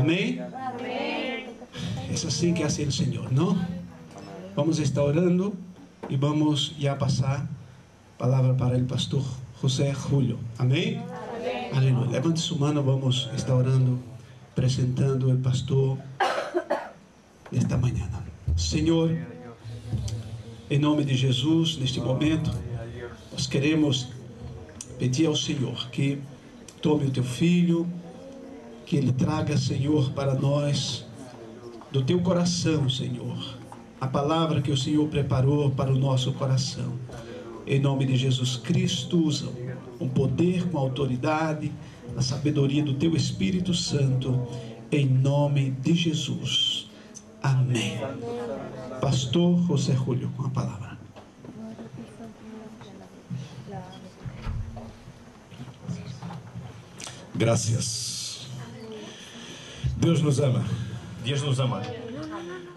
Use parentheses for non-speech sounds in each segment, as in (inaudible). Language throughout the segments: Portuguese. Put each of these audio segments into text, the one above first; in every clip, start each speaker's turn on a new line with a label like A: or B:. A: Amén. Es así que hace el Señor, ¿no? Vamos a estar orando y vamos ya a pasar palabra para el pastor José Julio. Amén. Aleluya. Levante su mano, vamos a estar orando, presentando el pastor de esta mañana. Señor, en nombre de Jesús, en este momento, nós queremos pedir ao Senhor que tome o teu filho, que ele traga, Senhor, para nós do teu coração, Senhor, a palavra que o Senhor preparou para o nosso coração. Em nome de Jesus Cristo, usa com poder, com autoridade, a sabedoria do teu Espírito Santo, em nome de Jesus. Amém. Pastor José Julio, com a palavra.
B: Gracias. Dios nos ama.
C: Dios nos ama.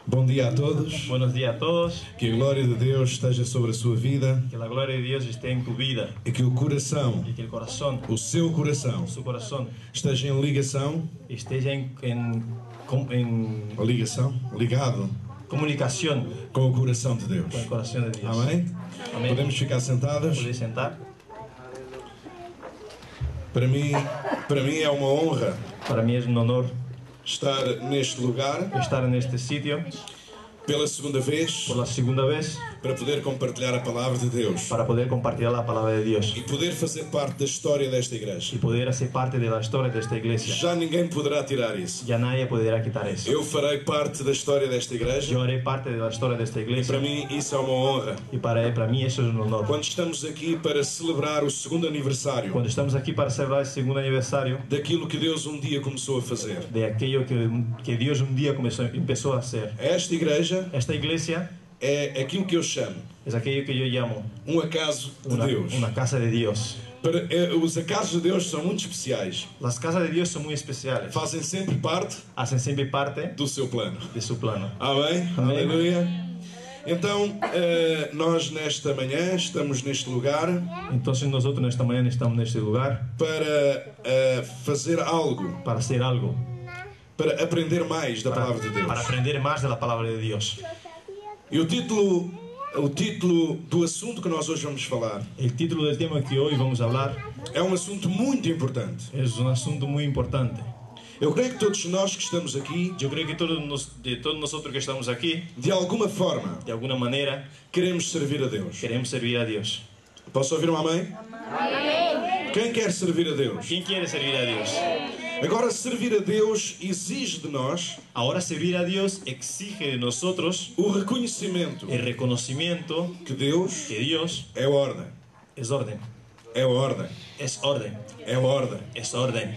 B: Bom dia a todos.
C: Buenos días a todos.
B: Que a glória de Deus esteja sobre a sua vida
C: Que la gloria de Dios esté en tu vida
B: e que o coração,
C: y que el corazón,
B: o seu coração,
C: su corazón,
B: esteja em ligação,
C: esté ya en, en- com- en
B: ligação, ligado
C: comunicación
B: com o coração de Deus.
C: con el corazón de Dios.
B: Amém?
C: Amém.
B: Podemos ficar sentados.
C: Podéis sentar.
B: Para mim, para mim é uma honra
C: Para mí es un honor
B: estar neste lugar
C: estar en este sitio
B: pela segunda vez
C: por la segunda vez
B: para poder compartilhar a palavra de Deus
C: para poder compartir la palabra de Dios
B: e poder fazer parte da história desta
C: y
B: igreja.
C: poder hacer parte de la historia de esta iglesia.
B: Já ninguém poderá tirar isso.
C: Ya nadie podrá quitar eso.
B: Eu farei parte da história desta igreja.
C: Yo haré parte de la historia de esta
B: Para
C: iglesia
B: mim, isso é uma honra.
C: y para, para mí eso es un honor.
B: Quando estamos aqui para celebrar o segundo aniversário
C: Cuando estamos aquí para celebrar el segundo aniversario,
B: daquilo que Deus um dia começou a fazer,
C: de aquello que, que Dios un día comenzó, empezó a hacer.
B: esta igreja
C: Esta iglesia
B: é aquilo que eu chamo
C: es aquello que yo llamo
B: um acaso de
C: una,
B: Deus.
C: una casa de Dios.
B: Para- eh, os acasos de Deus são muito especiais.
C: Las casas de Dios son muy especiales,
B: Fazem sempre parte
C: hacen siempre parte
B: do seu plano.
C: de su plano.
B: Amém?
C: Amém.
B: Aleluia. Então, eh, nós nesta manhã estamos neste lugar
C: Entonces nosotros en esta mañana estamos en este lugar
B: para eh, fazer algo,
C: para hacer algo,
B: para aprender mais da palavra de Deus.
C: para aprender más de la palabra de Dios.
B: E o título, o título do assunto que nós hoje vamos falar
C: El título del tema que hoy vamos a hablar
B: é um assunto muito importante.
C: es un asunto muy importante.
B: Eu creio que todos nós que estamos aqui,
C: Yo creo que todos, nos- de todos nosotros que estamos aquí,
B: de alguma forma,
C: de alguna manera,
B: queremos servir a Deus.
C: queremos servir a Dios.
B: Posso ouvir um amém? Quem quer servir a Deus?
C: ¿Quién quiere servir a Dios?
B: Agora, servir a Deus exige de nós
C: Ahora servir a Dios exige de nosotros
B: o reconhecimento
C: el reconocimiento
B: que Deus
C: que Dios
B: é ordem,
C: es orden,
B: é ordem,
C: es orden,
B: é ordem.
C: es orden.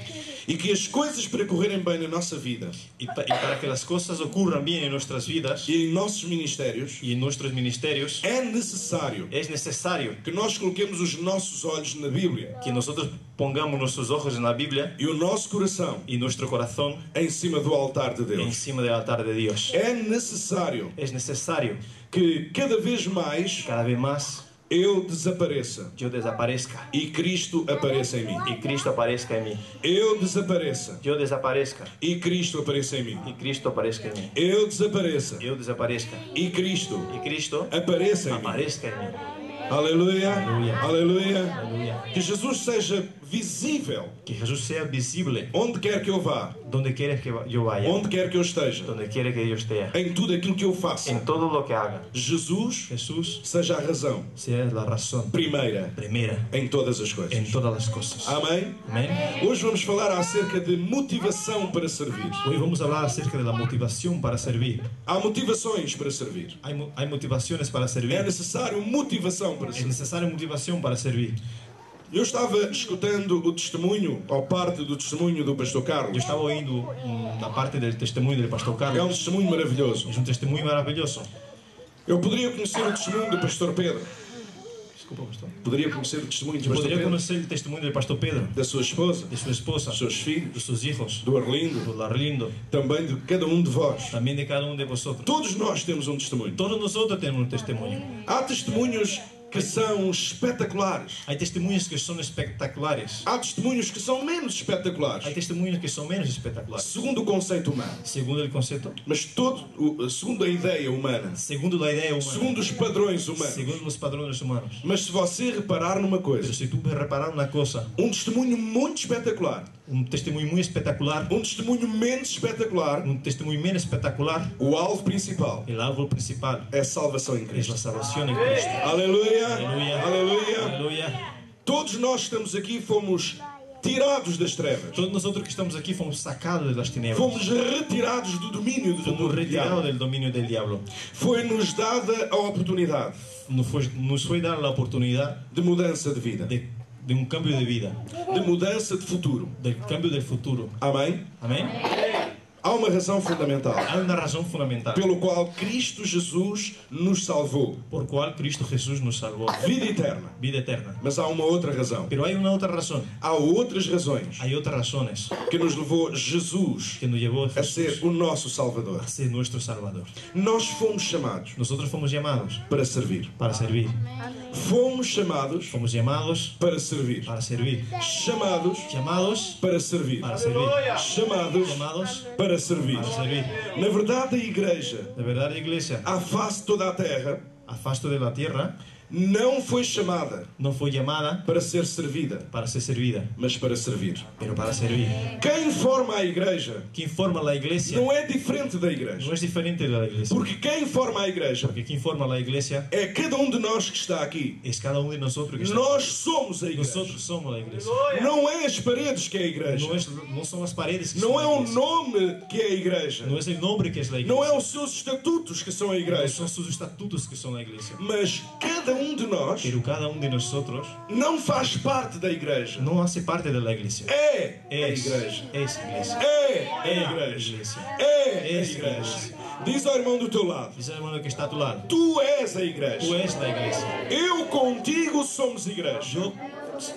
B: E que as coisas para correrem bem na nossa vida
C: Y, pa- y para que las cosas ocurran bien en nuestras vidas
B: e em nossos ministérios,
C: y en nuestros ministerios,
B: é necessário
C: es necesario
B: que nós coloquemos os nossos olhos na Bíblia
C: que nosotros pongamos nuestros ojos en la Biblia
B: e o nosso coração
C: y nuestro corazón
B: em cima do altar de Deus.
C: encima del altar de Dios.
B: É necessário
C: Es necesario
B: que cada vez mais
C: que cada vez más
B: eu desapareça
C: yo desaparezca
B: e Cristo apareça em mí.
C: y Cristo aparezca en mí.
B: Eu desapareça
C: Yo desaparezca
B: e Cristo apareça em mim.
C: y Cristo aparezca en mí.
B: Eu desapareça
C: Yo desaparezca
B: e Cristo
C: y Cristo
B: apareça em mim.
C: aparezca en mí.
B: Aleluia,
C: Aleluia.
B: aleluia.
C: Aleluya.
B: Que Jesus seja visível
C: Que Jesús sea visible
B: onde quer que eu vá,
C: donde quieres que va- yo vaya,
B: onde quer que eu esteja,
C: donde quiere que yo esté,
B: em tudo aquilo que eu faça.
C: en todo lo que haga.
B: Jesus
C: Jesús
B: seja a razão
C: sea la razón
B: primeira
C: primera
B: em todas as
C: en
B: coisas.
C: todas las cosas.
B: Amém?
C: Amén.
B: Hoje vamos falar acerca de motivação para servir.
C: Hoy vamos a hablar acerca de la motivación para servir.
B: Há motivações para servir.
C: Hay, mo- hay motivaciones para
B: É
C: servir.
B: necessário motivação para
C: Es
B: servir.
C: necesaria motivación para servir.
B: Eu estava escutando o testemunho, ou parte do testemunho do pastor
C: Yo
B: Carlos.
C: estaba oyendo mm, la parte del testimonio del pastor
B: É um
C: Carlos.
B: testemunho maravilhoso.
C: Es un testimonio maravilloso.
B: Eu poderia conhecer o testemunho do pastor Pedro.
C: Disculpa, pastor.
B: Poderia conhecer o testemunho do
C: Yo
B: pastor
C: podría
B: Pedro.
C: conocer el testimonio del pastor Pedro,
B: Da sua esposa,
C: de su esposa,
B: dos seus filhos,
C: de sus hijos,
B: do Arlindo,
C: de Larlindo,
B: também de cada um de vós.
C: también de cada uno de vosotros.
B: Todos nós temos um testemunho. Ah,
C: Todos nosotros tenemos un testimonio.
B: Há testemunhos que são espetaculares.
C: Hay testemunhas que são espetaculares.
B: Há testemunhos que são menos
C: Hay
B: espetaculares,
C: testemunhas que são menos espetaculares.
B: segundo o conceito humano.
C: Segundo o conceito,
B: Mas todo, o- eh, segundo a ideia humana,
C: segundo a ideia humana,
B: segundo os padrões humanos.
C: segundo os padrões humanos.
B: Mas se você reparar numa
C: Pero
B: coisa,
C: se tu reparar uma coisa,
B: um testemunho muito espetacular,
C: um testemunho muito espetacular,
B: um testemunho menos espetacular,
C: um testemunho menos espetacular,
B: o alvo principal
C: o alvo principal
B: é a salvação em
C: é a
B: Cristo.
C: salvação em Cristo.
B: Aleluia!
C: Aleluia.
B: Aleluia!
C: Aleluia.
B: Todos nós que estamos aqui fomos tirados das trevas.
C: Todos nós outros que estamos aqui fomos sacados das
B: Fomos
C: tinieblas.
B: retirados do domínio do
C: Fomos
B: do diabo.
C: retirados do domínio do diabo.
B: Foi-nos dada a oportunidade
C: Nos foi, nos foi dar a oportunidade
B: de mudança de vida,
C: de, de um cambio de vida,
B: de mudança de futuro.
C: del cambio del futuro.
B: Amém?
C: Amém?
B: Há uma razão fundamental
C: Há uma razão fundamental
B: pelo qual Cristo Jesus nos salvou.
C: por qual Cristo Jesus nos salvou.
B: Vida eterna.
C: Vida eterna.
B: Mas há uma outra razão.
C: Pero há uma outra razão.
B: Há outras razões
C: Há outras razões
B: que nos levou Jesus
C: que nos levou
B: a
C: a
B: ser o nosso Salvador.
C: ser nosso Salvador.
B: Nós fomos chamados
C: Nós fomos chamados
B: para servir.
C: para servir.
B: Fomos chamados
C: Fomos chamados
B: para servir.
C: para servir.
B: Chamados
C: Chamados
B: para servir.
C: para servir.
B: Chamados
C: Chamados
B: para servir.
C: para servir.
B: Na verdade, a igreja,
C: De verdade, igreja,
B: à face de toda a terra,
C: a fasto de la tierra
B: não foi chamada
C: não foi chamada
B: para ser servida,
C: para ser servida,
B: mas para servir.
C: pero para servir.
B: Quem forma a igreja
C: Quem forma a igreja
B: não é diferente da igreja.
C: não é diferente da igreja.
B: Porque quem forma a igreja
C: Porque quem forma a igreja
B: é cada um de nós que está aqui.
C: é cada um de nós que está.
B: Nós somos a
C: Nós
B: igreja.
C: somos a igreja.
B: Não é as paredes que é a
C: Não,
B: igreja.
C: é, não são as paredes que
B: Não
C: são
B: é
C: a
B: o
C: igreja.
B: nome que é a igreja.
C: Não é o nome que é a igreja.
B: Não é um os seus estatutos que são a
C: Não
B: igreja.
C: são os estatutos que são a igreja.
B: Mas cada um de nós
C: Pero cada um de nós
B: não faz parte da igreja.
C: não hace parte da igreja.
B: É a
C: É
B: igreja.
C: É a igreja.
B: É a
C: É a
B: igreja.
C: igreja.
B: É a
C: É a
B: igreja. Diz ao irmão do teu lado:
C: Diz a irmã que está a tu lado.
B: Tu és a
C: Tu
B: igreja.
C: és da igreja.
B: Eu contigo somos igreja.
C: Eu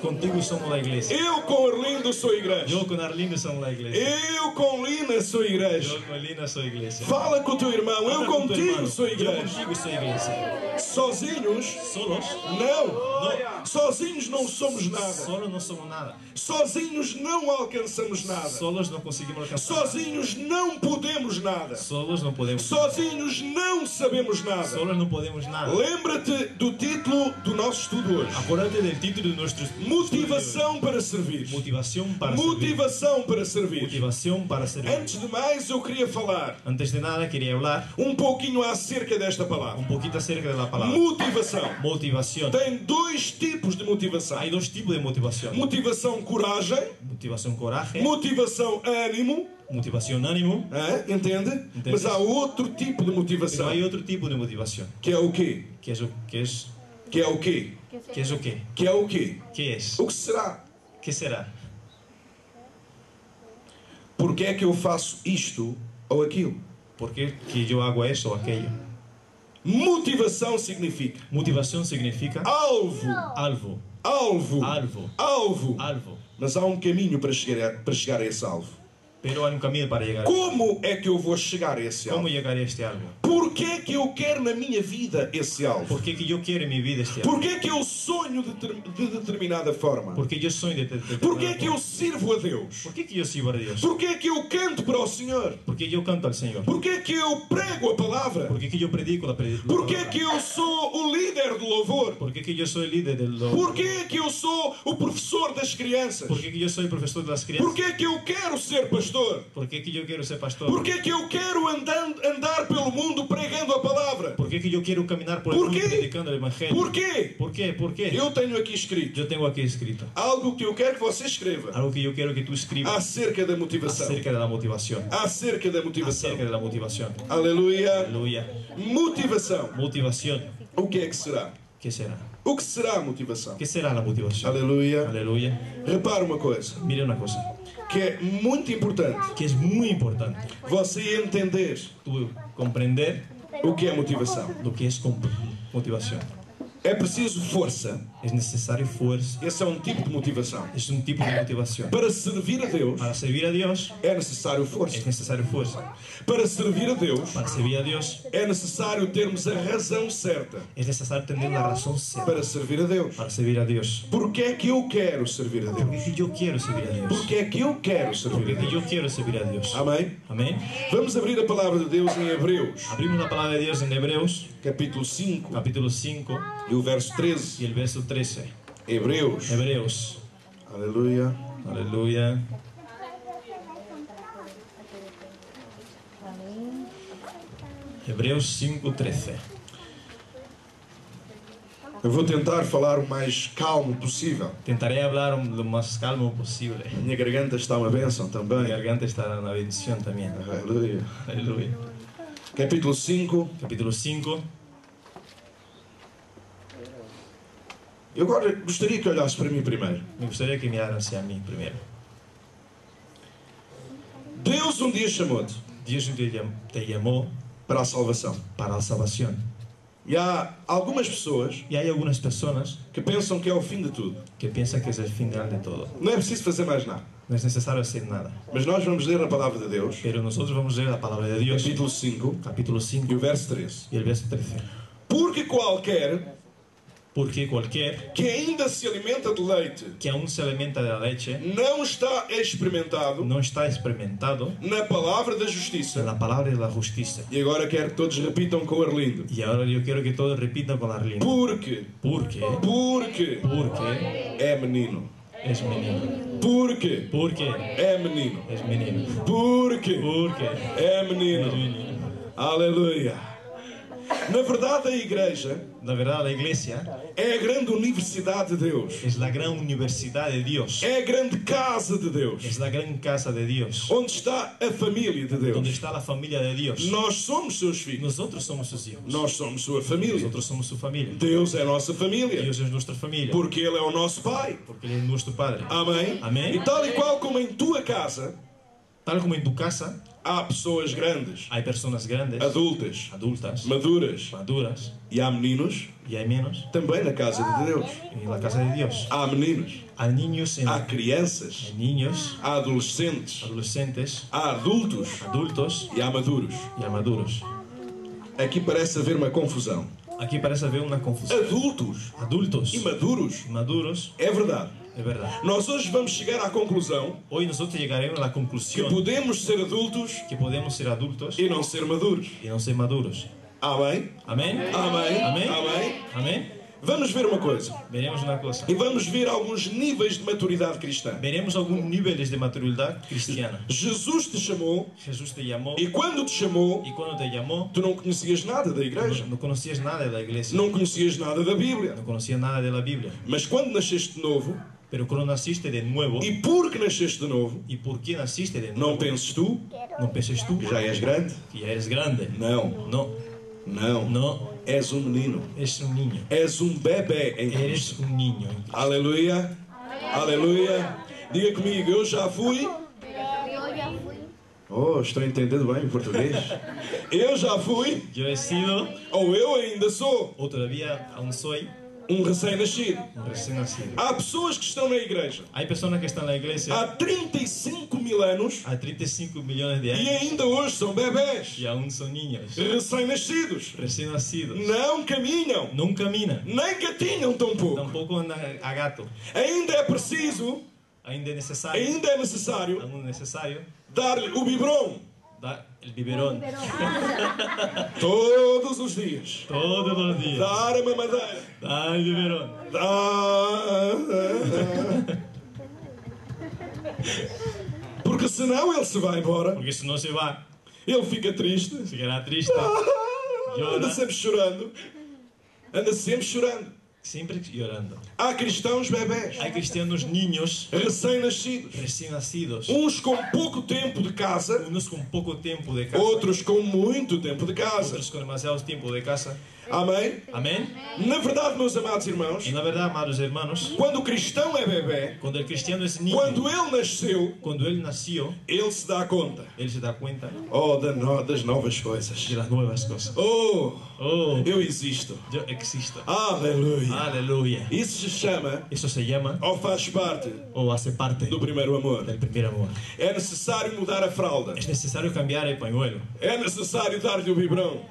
C: contigo somos a igreja.
B: Eu com Orlindo sou igreja.
C: Eu com Arlindo somos a igreja.
B: Eu com Lina sou
C: Eu
B: igreja.
C: com Elina sou a igreja.
B: Fala com o teu irmão. Eu
C: Fala com teu
B: contigo
C: irmão.
B: sou
C: Eu
B: igreja.
C: contigo sou igreja.
B: Sozinhos?
C: Solos?
B: Não. Sozinhos não somos nada.
C: Solos não somos nada.
B: Sozinhos não alcançamos nada.
C: Solos não conseguimos alcançar.
B: Sozinhos não podemos nada.
C: Solos não podemos.
B: Sozinhos não sabemos nada.
C: Solos não podemos nada.
B: Lembra-te do título do nosso estudo hoje:
C: Acuérdate del título de nuestros
B: Motivação para servir.
C: Motivação para servir.
B: Motivação para servir.
C: Motivação para servir.
B: Antes de mais, eu queria falar
C: Antes de nada, quería hablar
B: um pouquinho acerca desta
C: un
B: palavra.
C: poquito acerca de la palabra
B: Motivação.
C: motivación.
B: Tem dois tipos de motivação:
C: Hay dos tipos de motivación.
B: motivação coragem,
C: Motivación coraje,
B: motivação ânimo.
C: motivação ânimo,
B: Hã? entende?
C: Entendi.
B: Mas há outro tipo de
C: pero
B: motivação.
C: hay otro tipo de motivación.
B: Que é o quê?
C: Que es, que es,
B: Que é o quê?
C: que es o qué?
B: Que é o quê?
C: ¿Qué es?
B: O que será?
C: ¿Qué será?
B: Por que é que eu faço isto ou aquilo?
C: ¿Por qué que yo hago eso o aquello?
B: Motivação significa
C: Motivación significa
B: alvo,
C: algo,
B: alvo,
C: algo,
B: alvo.
C: algo.
B: Mas há um caminho para chegar a, para chegar a esse alvo.
C: Pero hay un camino para llegar.
B: Como é que eu vou chegar a esse
C: ¿Cómo
B: alvo?
C: llegaré a este algo?
B: Por que é que eu quero na minha vida esse alvo?
C: ¿Por qué que yo quiero en mi vida este algo?
B: Por que é que eu sonho de, ter- de determinada forma?
C: ¿Por qué yo soy de, de, de-
B: Por que é que eu sirvo a Deus?
C: ¿Por qué que yo sirvo a Dios?
B: Por que é que eu canto para o Senhor?
C: ¿Por qué yo canto al Señor?
B: Por que é que eu prego a palavra?
C: ¿Por qué que yo predico la predicación?
B: Por que é que eu sou o líder do louvor?
C: ¿Por qué que yo soy líder del
B: Por que é que eu sou o professor das crianças?
C: ¿Por qué que yo soy profesor de las
B: Por
C: crianzas?
B: que é que eu quero ser pastor?
C: ¿Por qué que yo quiero ser pastor?
B: Por que é que eu quero andando, andar pelo mundo pregando a palavra?
C: ¿Por qué que yo quiero caminar por el
B: ¿Por
C: mundo
B: qué?
C: predicando el evangelio?
B: Por quê?
C: ¿Por qué? ¿Por qué?
B: Eu tenho aqui escrito
C: Yo tengo aquí escrito
B: algo que eu quero que você escreva
C: algo que yo quiero que tú escribas
B: acerca da motivação.
C: acerca de la motivación.
B: Acerca da motivação.
C: Acerca de la motivación.
B: Aleluia.
C: Aleluya.
B: Motivação.
C: Motivación.
B: O que é que será?
C: ¿Qué será?
B: O que será a motivação?
C: ¿Qué é será la motivación?
B: Aleluia.
C: Aleluya.
B: Repara uma coisa
C: Mira una cosa
B: que é muito importante.
C: que es muy importante.
B: Você entender
C: Tú comprender
B: o que é motivação.
C: lo que es comp- motivación.
B: É preciso força.
C: É necesario fuerza.
B: Esse é um tipo de motivação.
C: Es un tipo de motivación.
B: Para servir a Deus,
C: Para servir a Dios
B: é necessário força.
C: es necesario fuerza.
B: Para servir a Deus,
C: Para servir a Dios
B: é necessário termos a razão certa
C: es necesario tener la razón cierta
B: para servir a Deus.
C: para servir a Dios.
B: Porque é que eu quero servir a Deus?
C: Porque yo quiero servir a Dios.
B: Porque é que eu quero servir a
C: Porque
B: Deus?
C: yo quiero servir a Dios.
B: Amém?
C: Amén.
B: Vamos abrir a palavra de Deus em Hebreus,
C: Abrimos la palabra de Dios en Hebreos,
B: capítulo 5
C: capítulo 5
B: e o verso
C: y
B: 13.
C: el verso 13.
B: Hebreus.
C: Hebreos.
B: Aleluia.
C: Aleluya. Hebreos 5:13.
B: Eu vou tentar falar o mais calmo possível.
C: Tentaré hablar lo más calmo posible.
B: Minha garganta está uma bênção
C: Mi
B: também.
C: garganta está en la bendición también.
B: Aleluia.
C: Aleluya.
B: Capítulo 5.
C: Capítulo 5.
B: Eu agora gostaria que olhasse para mim primeiro.
C: Me gustaría que miraran hacia mí primero.
B: Deus um dia chamou-te
C: Dios te llam- te llamó
B: para a salvação.
C: para la salvación.
B: E há algumas pessoas
C: Y hay algunas personas
B: que pensam que é o fim de tudo.
C: que piensan que es el final de todo.
B: Não é preciso fazer mais nada.
C: No es necesario hacer nada.
B: Mas nós vamos ler a palavra de Deus,
C: Pero nosotros vamos a leer la palabra de Dios,
B: capítulo 5
C: capítulo
B: e o
C: 5
B: verso 13.
C: y el verso 13.
B: Porque qualquer
C: Porque cualquier
B: que ainda se alimenta de leite
C: que aún se alimenta de la leche
B: não está experimentado
C: no está experimentado
B: na palavra da justiça.
C: en la palabra de la justicia.
B: E agora quero que todos repitam com Arlindo.
C: Y ahora yo quiero que todos repitan con la lengua.
B: Porque,
C: Porque,
B: porque
C: porque
B: é menino.
C: es menino.
B: Porque
C: Porque
B: é menino.
C: es menino.
B: Porque
C: Porque
B: é
C: es
B: menino.
C: menino.
B: Aleluia. Na verdade, a igreja
C: La verdad, la iglesia
B: é a grande universidade de Deus.
C: es la gran universidad de Dios.
B: É a grande casa de Deus.
C: Es la gran casa de Dios.
B: Onde está a família de
C: Donde
B: Deus.
C: está la familia de Dios.
B: Nós somos seus filhos.
C: Nosotros somos sus hijos.
B: Nós somos sua família.
C: Nosotros somos su familia.
B: Deus é a nossa família.
C: Dios es nuestra familia.
B: Porque Ele é o nosso Pai.
C: Porque Él es nuestro Padre.
B: Amém?
C: Amém.
B: E tal e qual como em tua casa,
C: Tal como en tu casa
B: há pessoas grandes,
C: hay personas grandes,
B: adultas,
C: adultas,
B: maduras
C: maduras
B: e há meninos
C: y hay menos
B: também na casa de Deus.
C: en la casa de Dios.
B: Há meninos,
C: Hay niños en
B: há crianças,
C: hay niños,
B: há adolescentes,
C: adolescentes,
B: há adultos
C: adultos
B: e há maduros.
C: y hay maduros.
B: Aqui parece haver uma confusão.
C: Aquí parece haber una confusión.
B: Adultos
C: Adultos
B: e maduros,
C: y maduros,
B: é verdade.
C: es verdad.
B: Nós hoje vamos chegar à conclusão
C: Hoy nosotros llegaremos a la
B: que
C: conclusión
B: podemos ser adultos
C: que podemos ser adultos
B: e não ser maduros.
C: y no ser maduros.
B: Amém?
C: Amén.
B: Amém?
C: Amén.
B: Amém?
C: Amén.
B: Vamos ver uma coisa.
C: Veremos una cosa.
B: E vamos ver alguns níveis de maturidade cristã.
C: Veremos algunos niveles de maturidad cristiana.
B: Jesus te chamou
C: Jesús te llamó
B: e quando te chamou,
C: y cuando te llamó
B: tu não conhecias nada da igreja,
C: no, no conocías nada de la iglesia,
B: não conhecias nada da Bíblia.
C: no conocías nada de la Biblia.
B: Mas quando nasceste de novo,
C: Pero cuando naciste de nuevo,
B: e porque nasceste de novo,
C: ¿y por qué naciste de
B: não
C: nuevo?
B: penses tu
C: No penses tú
B: que já és grande.
C: que ya eres grande.
B: Não,
C: No,
B: não.
C: no,
B: És um menino.
C: es un niño.
B: És um bebê em Cristo.
C: Eres un niño.
B: Aleluia. Aleluia. Diga comigo, eu já fui. Oh, estou entendendo bem o português. (laughs) Eu já fui,
C: Yo he sido,
B: ou eu ainda sou,
C: o todavía aún soy,
B: um recém-nascido.
C: un recién nacido.
B: Há pessoas que estão na igreja
C: Hay personas que están en la
B: há
C: iglesia
B: 35 mil anos
C: a 35 millones de
B: e
C: años
B: ainda hoje são bebés,
C: y aún son niños.
B: recém-nascidos.
C: Recién nacidos.
B: Não caminham,
C: No caminan.
B: nem gatinham tampouco.
C: Tampoco andan a gato.
B: Ainda é preciso,
C: Ainda es necesario,
B: ainda é necessário
C: aún es necesario,
B: dar-lhe o biberon
C: dar el biberón
B: todos os dias.
C: todos los días.
B: Dar a mamadeira.
C: Dar el biberón.
B: Ah. Dar... Porque senão ele se vai embora,
C: Porque si no se va,
B: ele fica triste,
C: se quedará triste.
B: anda sempre chorando, anda sempre chorando.
C: Siempre llorando.
B: Há cristãos bebés,
C: Hay cristianos niños
B: recém-nascidos,
C: recién nacidos,
B: uns com pouco tempo de casa,
C: unos con poco tiempo de casa,
B: outros com muito tempo de casa.
C: otros con demasiado tiempo de casa.
B: Amém?
C: Amém?
B: Na verdade, meus amados irmãos,
C: E na verdade, amados hermanos,
B: quando o cristão é bebê,
C: cuando el cristiano es niño,
B: quando ele nasceu,
C: cuando él nació,
B: ele se dá conta.
C: él se da cuenta
B: Oh, da no- das novas coisas.
C: de las nuevas cosas.
B: Oh,
C: Oh,
B: eu existo.
C: yo existo.
B: Aleluia.
C: Aleluya.
B: Isso se chama,
C: Eso se llama
B: ou faz parte,
C: o hace parte
B: do primeiro amor.
C: del primer amor.
B: É necessário mudar a fralda.
C: Es necesario cambiar el pañuelo.
B: É necessário dar-lhe o vibrão.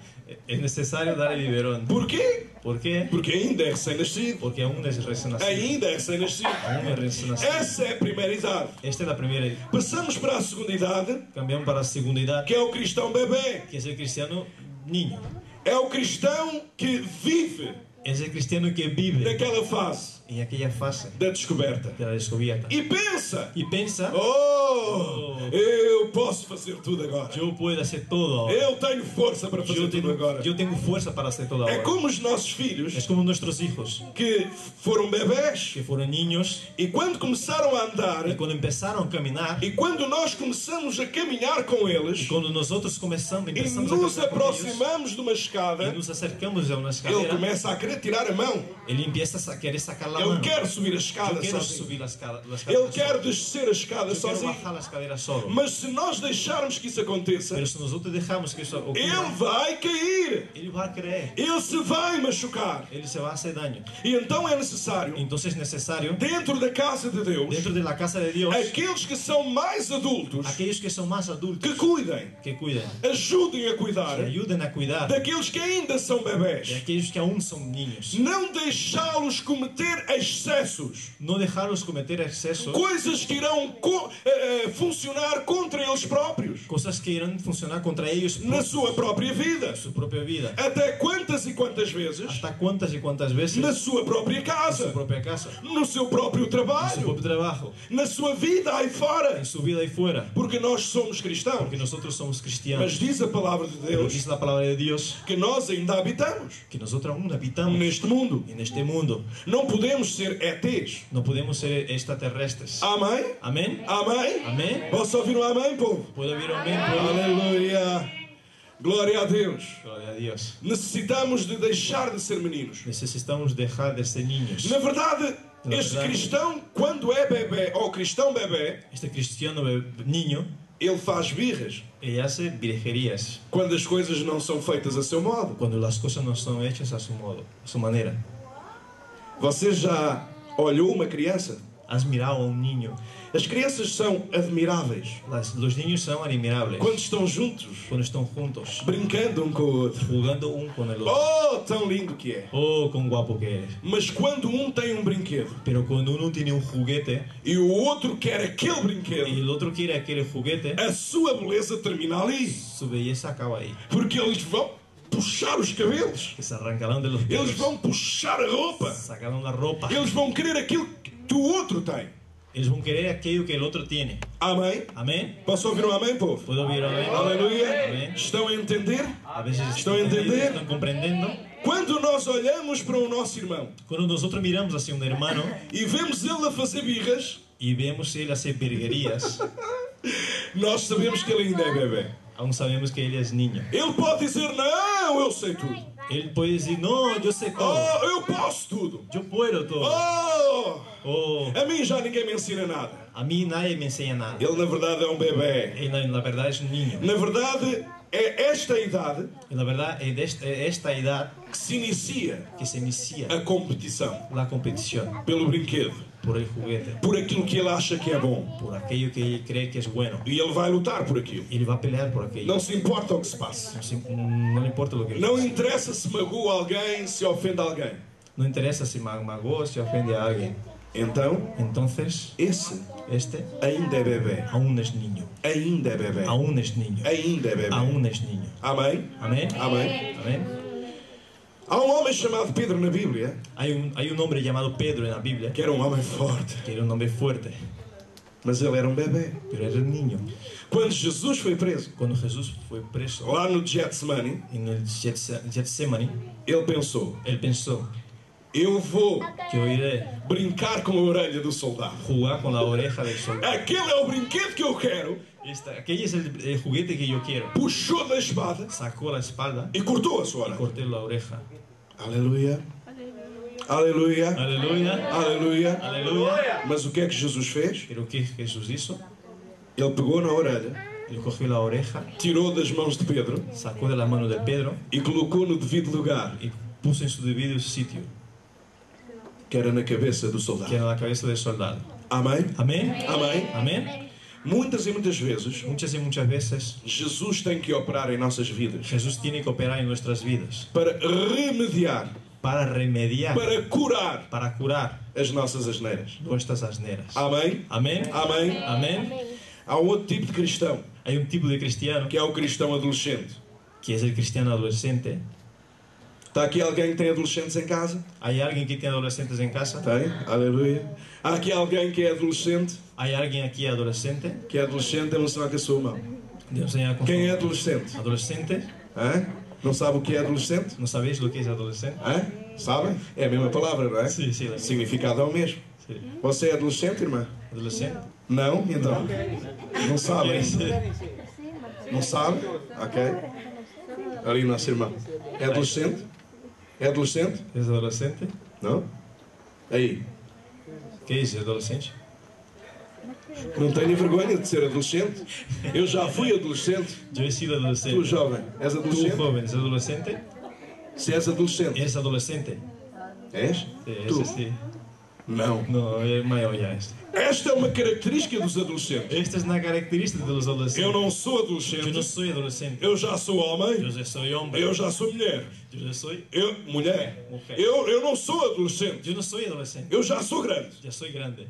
C: Es necesario dar el biberón.
B: Porquê?
C: ¿Por qué?
B: Porque ainda é recém-nascido.
C: Porque aún es recién nacido.
B: Ainda é recém-nascido.
C: Aún es recién nacido.
B: Essa é a primeira idade.
C: Esta es la primera edad.
B: Passamos para a segunda idade,
C: Cambiamos para la segunda edad,
B: que é o cristão bebê.
C: que es el cristiano niño.
B: É o cristão que vive
C: Es el cristiano que vive
B: naquela fase
C: en aquella fase
B: da descoberta.
C: de la descubierta.
B: E pensa:
C: Y piensa,
B: Oh, eu posso fazer tudo agora.
C: yo puedo hacer todo ahora.
B: Eu tenho força para fazer
C: Yo
B: tudo agora.
C: tengo, yo tengo fuerza para hacer todo
B: É
C: ahora.
B: como os nossos filhos
C: Es como nuestros hijos,
B: que foram bebés
C: que fueron niños
B: e quando começaram a andar
C: y cuando empezaron a caminar,
B: e quando nós começamos a caminhar com eles
C: cuando nosotros comenzamos,
B: e
C: empezamos a
B: nos
C: caminar con ellos,
B: aproximamos de uma
C: y
B: escada,
C: nos acercamos a una
B: ele
C: escalera,
B: começa a querer tirar a mão.
C: él empieza a sa- querer sacar la
B: Ele
C: mano.
B: quer subir a escada
C: Yo quiero
B: sozinho.
C: subir la escala- la escalera
B: Ele quer
C: solo.
B: descer a escada
C: Yo quiero
B: sozinho.
C: bajar la escalera solo.
B: Mas se nós deixarmos que isso aconteça,
C: Pero si nosotros dejamos que eso
B: ele
C: ocurra,
B: vai cair.
C: él va a creer,
B: Ele se vai machucar.
C: él se va a hacer daño.
B: E então é necessário,
C: Entonces es necesario,
B: dentro da casa de Deus,
C: Então, dentro de la casa de Dios,
B: aqueles que são mais adultos,
C: aquellos que son más adultos,
B: que cuidem,
C: que cuiden,
B: ajudem a cuidar
C: que ayuden a cuidar
B: daqueles que ainda são
C: de
B: bebés.
C: aquellos que aún son niños.
B: Não deixá-los cometer excessos,
C: No dejarlos cometer excesos,
B: coisas que irão co- eh, eh, funcionar contra eles próprios,
C: cosas que irán a funcionar contra ellos
B: na
C: en
B: sua própria vida.
C: su propia vida.
B: Até quantas e quantas vezes?
C: Hasta cuántas y cuántas veces
B: Na
C: en
B: sua própria
C: su
B: casa,
C: propia casa,
B: no seu próprio
C: en su
B: trabalho,
C: propio trabajo,
B: na sua vida aí fora,
C: en su vida ahí fuera.
B: porque nós somos cristãos.
C: Porque nosotros somos
B: Mas
C: cristianos.
B: diz a palavra de
C: Pero
B: Deus
C: dice la palabra de Dios
B: que nós ainda habitamos
C: que nosotros aún habitamos
B: neste mundo.
C: en este mundo.
B: Não podemos ser ETs.
C: No podemos ser extraterrestres.
B: Amém?
C: Amén.
B: Amém?
C: Amén.
B: Posso ouvir um amém, povo?
C: ¿Puedo oír amén? puedo?
B: Aleluia! Glória a Deus!
C: Gloria a Dios.
B: Necessitamos de deixar de ser meninos.
C: Necesitamos dejar de ser niños.
B: Na verdade,
C: Na
B: este
C: verdade.
B: cristão, quando é bebê ou cristão bebê,
C: Este cristiano be- niño
B: ele faz birras
C: eh, hace virgerías
B: quando as coisas não são feitas a seu modo.
C: cuando las cosas no son hechas a su modo, a su manera.
B: Você já olhou uma criança?
C: Has mirado a un niño.
B: As crianças são admiráveis
C: Las- los niños son admirables
B: quando estão juntos,
C: cuando están juntos,
B: brincando um com o outro.
C: jugando un con el otro.
B: Oh, tão lindo que é!
C: Oh, con guapo que eres.
B: Mas quando um tem um brinquedo
C: Pero cuando uno tiene un juguete
B: e o outro quer aquele
C: y
B: brinquedo,
C: el otro quiere aquel juguete,
B: a sua beleza termina ali.
C: su belleza acaba ahí.
B: Porque eles vão puxar os cabelos,
C: Que se arrancarán de los
B: eles
C: pelos,
B: vão puxar a roupa,
C: sacarán la ropa.
B: eles vão querer aquilo que o outro tem.
C: Ellos van a querer aquello que el otro tiene.
B: Amém?
C: Amén.
B: Posso ouvir um amém, povo?
C: ¿Puedo oír amén?
B: Aleluia!
C: Amén.
B: Estão a entender?
C: A veces
B: Estão a entender?
C: están comprendiendo.
B: Quando nós olhamos para o nosso irmão
C: Cuando nosotros miramos hacia un hermano
B: e vemos ele a fazer birras,
C: y vemos él hacer virguerías,
B: nós sabemos que ele ainda é bebê.
C: aún sabemos que él es niño.
B: Ele pode dizer: Não, eu sei tudo.
C: Él puede decir, no, yo sé todo,
B: Oh, eu posso tudo.
C: yo puedo todo.
B: Oh,
C: Oh,
B: a mim já ninguém me ensina nada.
C: a mí nadie me enseña nada.
B: Ele, na verdade, é um bebê.
C: Él, en la verdad, es un niño.
B: Na verdade, é esta idade
C: En la verdad, es de este- es esta edad
B: que se inicia
C: que se inicia
B: a competição
C: la competición
B: pelo brinquedo,
C: por el juguete,
B: por aquilo que ele acha que é bom.
C: por aquello que él cree que es bueno.
B: E ele vai lutar por aquilo.
C: Él va a pelear por aquello.
B: Não se importa o que se passa.
C: No, se- no le importa lo que él
B: Não
C: pase.
B: interessa se magoa alguém, se ofende alguém.
C: No interesa si ma- magoa, si ofende a alguien.
B: Então,
C: Entonces,
B: esse
C: este
B: ainda é bebê.
C: aún es niño.
B: Ainda é bebê.
C: Aún es niño.
B: Ainda é bebê.
C: Aún es niño.
B: Amém?
C: Amén.
B: Amém.
C: Amén.
B: Há um homem chamado Pedro na Bíblia,
C: Hay un, hay un hombre llamado Pedro en la Biblia
B: que era um homem forte,
C: que era un hombre fuerte,
B: mas ele era um bebê.
C: pero era un niño.
B: Quando Jesus foi preso,
C: Cuando Jesús fue preso
B: lá no Getsemane,
C: en el Getse- Getsemani,
B: ele pensou:
C: él pensó
B: eu vou
C: que yo iré
B: brincar com a orelha do soldado.
C: jugar con la oreja del soldado.
B: Aquele é o brinquedo que eu quero.
C: Esta- aquella es el, el juguete que yo quiero.
B: Puxou da espada
C: Sacó la espalda
B: e cortou a sua
C: y
B: orelha.
C: corté la oreja.
B: Aleluia. Aleluia.
C: Aleluya.
B: Aleluia.
C: Aleluya.
B: Mas o que é que Jesus fez?
C: Pero ¿qué Jesús hizo?
B: Ele pegou na orelha,
C: Él cogió la oreja,
B: tirou das mãos de Pedro
C: sacó de la mano de Pedro
B: e colocou no devido lugar,
C: y puso en su debido sitio,
B: que era na cabeça do
C: que
B: soldado.
C: era la cabeza del soldado.
B: Amém?
C: Amén.
B: Amém?
C: Amén.
B: Muitas e muitas vezes,
C: Muchas y muchas veces
B: Jesus tem que operar em nossas vidas
C: Jesús tiene que operar en nuestras vidas
B: para remediar,
C: para remediar,
B: para curar
C: para curar
B: as nossas asneiras.
C: nuestras asneras.
B: Amém?
C: Amén.
B: Amém?
C: Amén.
B: Há um outro tipo de cristão,
C: Hay un tipo de cristiano
B: que é o cristão adolescente.
C: que es el cristiano adolescente.
B: Está aqui alguém que tem adolescentes em casa?
C: ¿Hay alguien que tiene adolescentes en casa?
B: Tem, aleluia. Há aqui alguém que é adolescente?
C: ¿Hay alguien aquí adolescente?
B: Que é adolescente é um sinal que a sua mão.
C: Dios señala con
B: Quem é
C: su-
B: adolescente?
C: Adolescente,
B: Hã? Não sabe o que é adolescente?
C: ¿no sabéis lo que es adolescente?
B: Hã? Sabem? É a mesma palavra, não é?
C: Sí, sí, la-
B: O significado é o mesmo.
C: sí.
B: Você é adolescente, irmã?
C: Adolescente.
B: Não? Então? Não sabem?
C: ¿Quién es?
B: Não sabe? Ok. Ali, nosso irmão. É adolescente? É adolescente?
C: ¿Es adolescente?
B: Não? Aí.
C: ¿Qué es adolescente?
B: Não tenha vergonha de ser adolescente. Eu já fui adolescente.
C: Yo he sido
B: Tu,
C: adolescente.
B: jovem, és
C: Tú,
B: adolescente?
C: joven, ¿es adolescente?
B: Se és adolescente.
C: ¿Eres adolescente?
B: És?
C: Sí,
B: Tu?
C: ese sí.
B: Não.
C: No, es mayor ya es.
B: Esta é uma característica dos adolescentes.
C: Esta es una característica de los
B: Eu
C: adolescentes.
B: não sou
C: Yo no
B: adolescente.
C: soy adolescente.
B: Eu já sou homem.
C: Yo ya soy hombre.
B: Eu já sou mulher.
C: Yo ya soy.
B: Eu, mulher.
C: Mulher.
B: Eu, eu não sou adolescente.
C: Yo no soy adolescente.
B: Eu já sou grande.
C: Ya soy grande.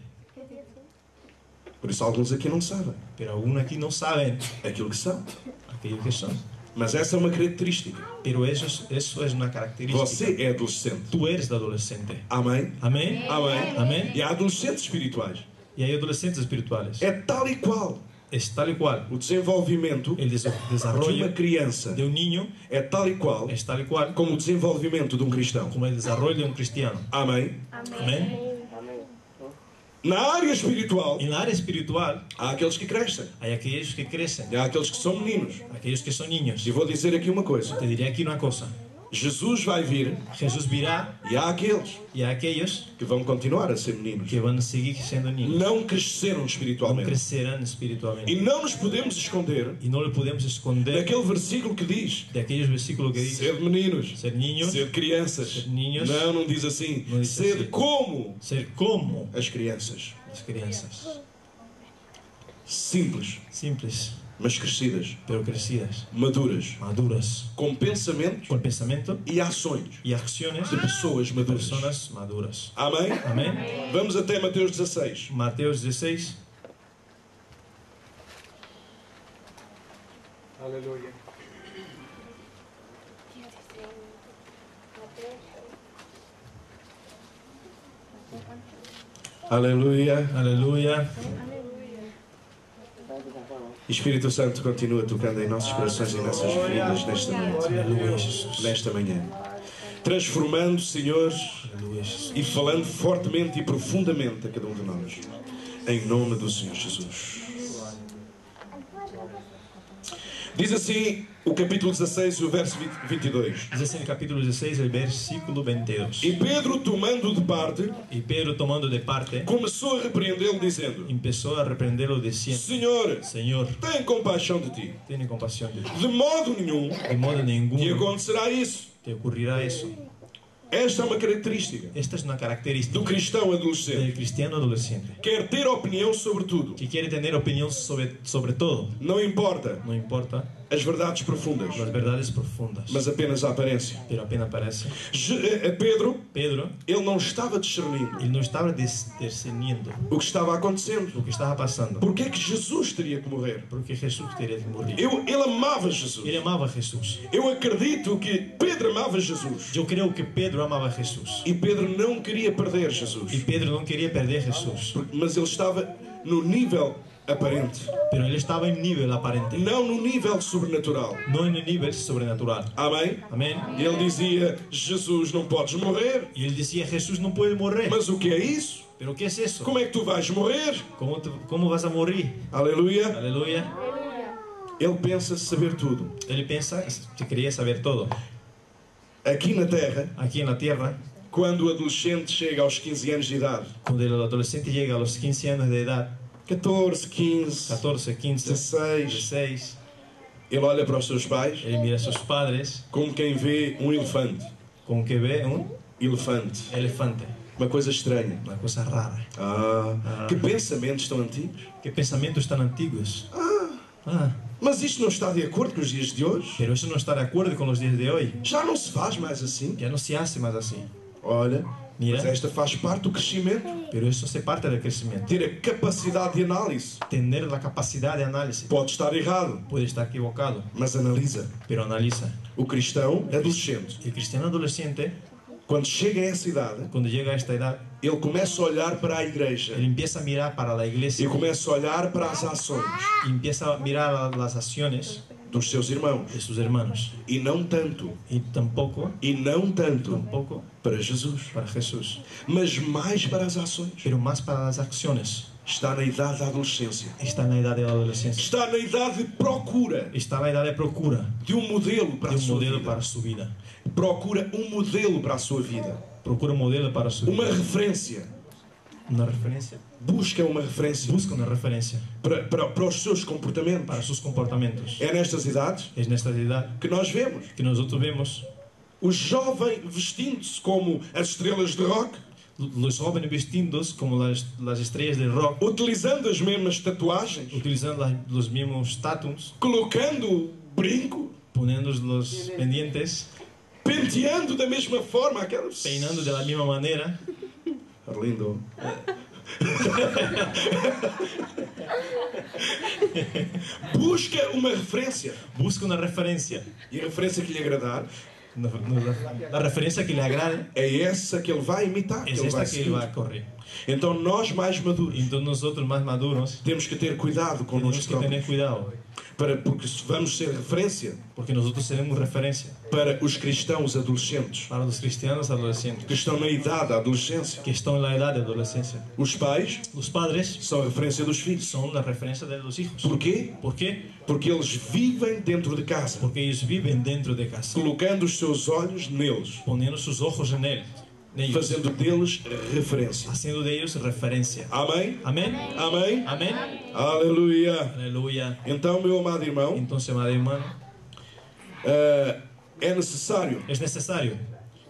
B: Por isso alguns aqui não sabem
C: Pero aún aquí no saben
B: aquilo que são.
C: aquello que son.
B: Mas essa é uma característica.
C: Pero eso es, eso es una característica.
B: Você é adolescente.
C: Tú eres de adolescente.
B: Amém?
C: Amén.
B: Amém?
C: Amén.
B: E há adolescentes espirituais.
C: Y hay adolescentes espirituales.
B: É tal e qual
C: Es tal y cual.
B: o desenvolvimento
C: El des-
B: de uma
C: desarrollo
B: criança.
C: de un niño
B: É tal e qual
C: es tal y cual
B: como o desenvolvimento de um cristão.
C: como el desarrollo de un cristiano.
B: Amém?
C: Amén.
B: Na área espiritual,
C: En la área espiritual
B: há aqueles que crescem.
C: hay aquellos que crecen,
B: E há aqueles que são meninos.
C: aquellos que son niños.
B: E vou dizer aqui uma coisa:
C: Te diré aquí una cosa.
B: Jesus vai vir
C: Jesús virá
B: e há aqueles
C: y a aquellos
B: que vão continuar a ser meninos.
C: que van a seguir siendo niños
B: Não cresceram espiritualmente.
C: crecerán espiritualmente.
B: E não nos podemos esconder
C: Y no lo podemos esconder
B: daquele versículo que diz:
C: de aquellos versículos que dicen
B: ser meninos,
C: ser niños,
B: ser crianças.
C: ser niños.
B: Não, não diz assim.
C: Não diz
B: Ser
C: assim.
B: como
C: ser como
B: as crianças.
C: las crianzas.
B: Simples,
C: Simples,
B: mas crescidas,
C: pero crecidas,
B: maduras,
C: maduras,
B: com pensamentos
C: con pensamiento
B: e ações
C: y acciones
B: de pessoas
C: de
B: maduras.
C: personas maduras.
B: Amém?
C: Amén.
B: Vamos até Mateus 16.
C: Mateo 16,
D: Aleluya.
B: Aleluia.
C: aleluya.
B: Espírito Santo continua tocando em nossos corações e nossas vidas nesta noite.
C: Aleluia, Jesús.
B: Nesta manhã. Transformando, Senhor,
C: Aleluya, Jesús.
B: e falando fortemente e profundamente a cada um de nós. Em nome do Senhor Jesus. Diz assim o capítulo 16 e o verso 20 22.
C: Dice en el capítulo 16, el versículo 22.
B: E Pedro, tomando de parte,
C: Y Pedro tomando de parte,
B: começou a repreendê-lo, dizendo:
C: empezó a reprenderlo diciendo,
B: Senhor,
C: Señor,
B: tem compaixão de ti.
C: tiene compasión de ti.
B: De modo nenhum
C: De modo
B: te
C: ninguno
B: acontecerá isso.
C: te ocurrirá eso.
B: Esta é uma característica
C: Esta es una
B: do
C: característica
B: cristão adolescente.
C: del cristiano adolescente,
B: Quer ter opinião sobre tudo.
C: que quiere tener opinión sobre, sobre todo.
B: Não importa
C: No importa
B: as verdades profundas,
C: las verdades profundas,
B: mas apenas a aparência.
C: pero apenas parece.
B: Je- eh, Pedro,
C: Pedro,
B: ele não estava discernindo
C: él no estaba des- discerniendo
B: o que estava acontecendo.
C: lo que estaba pasando,
B: Porque é que Jesus teria que morrer?
C: porque Jesús tenía que morir.
B: Eu, ele amava Jesus.
C: Él amaba a Jesús.
B: Eu acredito que Pedro amava Jesus.
C: Yo creo que Pedro amaba a Jesús.
B: E Pedro não queria perder
C: Y
B: Jesus.
C: Pedro no quería perder a Jesús.
B: Porque- Mas ele estava no nível aparente,
C: Pero él estaba en nivel aparente,
B: não no nível sobrenatural.
C: no en el nivel sobrenatural.
B: Amém?
C: Amén.
B: Ele dizia: Jesus, não podes morrer.
C: Y él decía, Jesús no puede morrer.
B: Mas o que é isso?
C: ¿Pero qué es eso?
B: Como é que tu vais morrer?
C: ¿Cómo, te- cómo vas a morir?
B: Aleluia.
C: Aleluya.
B: Ele pensa saber tudo.
C: Él piensa que quería saber todo.
B: Aqui na Terra,
C: Aquí en la Tierra,
B: quando o adolescente chega aos 15 anos de idade,
C: cuando el adolescente llega a los 15 años de edad,
B: 14, 15,
C: 14, 15,
B: 16,
C: 16,
B: ele olha para os seus pais
C: él mira a sus padres
B: como quem vê um elefante.
C: como que ve un
B: Elefante.
C: elefante.
B: Uma coisa estranha.
C: Una cosa rara.
B: Ah, que pensamentos tão antigos.
C: ¿Qué pensamientos tan antiguos? Ah,
B: Mas isto não está de acordo com os dias de hoje.
C: pero eso no está de acuerdo con los días de hoy.
B: Já não se faz mais assim.
C: Ya no se hace más así.
B: Olha,
C: Mira,
B: mas esta faz parte do crescimento.
C: pero eso se parte del crecimiento.
B: Ter a capacidade de análise.
C: Tener la capacidad de análisis.
B: Pode estar errado,
C: Puede estar equivocado,
B: mas analisa.
C: pero analiza.
B: O cristão adolescente,
C: El cristiano adolescente,
B: quando chega a essa idade,
C: cuando llega a esta edad,
B: ele começa a olhar para a igreja
C: él empieza a mirar para la
B: e
C: iglesia,
B: começa a olhar para as ações
C: y empieza a mirar a las acciones
B: dos seus irmãos.
C: de sus hermanos.
B: E não tanto,
C: Y tampoco,
B: e não tanto
C: tampoco
B: para Jesus,
C: para Jesús,
B: mas mais para as ações.
C: pero más para las acciones.
B: Está na idade da adolescência.
C: Está en la edad de la adolescencia.
B: Está na idade de procura
C: Está en la edad de procura
B: de um modelo para
C: de
B: a
C: un
B: sua
C: modelo para
B: vida.
C: su vida.
B: Procura um modelo para a sua vida.
C: Procura un modelo para su
B: Uma
C: vida.
B: referência.
C: Una referencia.
B: Busca uma referência é?
C: Busca una referencia
B: para, para, para os seus comportamentos.
C: para sus comportamientos.
B: É nestas idades
C: Es en esta edad
B: que nós vemos
C: que nosotros vemos
B: o jovem vestindo-se como as estrelas de rock,
C: los jóvenes vestidos como las, las estrellas del rock,
B: utilizando as mesmas tatuagens,
C: utilizando la- los mismos tatuos,
B: colocando brinco,
C: poniendo los pendientes,
B: penteando da mesma forma aquelas.
C: peinando de la misma manera.
B: Arlindo. Busca uma referência.
C: Busca una referencia.
B: E a referência que lhe agradar
C: Una- una- la, la referencia que le agrade
B: é essa que ele vai imitar. que
C: es
B: ele vai
C: É esta que él va
B: seguir.
C: a correr.
B: Então nós mais maduros
C: Entonces nosotros más maduros
B: temos que ter cuidado
C: tenemos
B: connosco
C: que
B: próprios.
C: tener cuidado
B: Para, porque se vamos ser referência
C: porque nosotros seremos referencia
B: para os cristãos adolescentes
C: para los cristianos adolescentes
B: que estão na idade da adolescência.
C: que están en la edad de adolescencia.
B: Os pais
C: Los padres
B: são a referência dos filhos.
C: son la referencia de los hijos.
B: Porquê?
C: ¿Por qué?
B: Porque eles vivem dentro de casa,
C: Porque ellos viven dentro de casa,
B: colocando os seus olhos neles,
C: poniendo sus ojos en él, en ellos,
B: fazendo deles referência.
C: haciendo de ellos referencia.
B: Amém?
C: Amén.
B: Amém?
C: Amén.
B: Aleluia!
C: Aleluya.
B: Então, meu amado irmão,
C: Entonces, amado hermano,
B: eh, é necessário
C: es necesario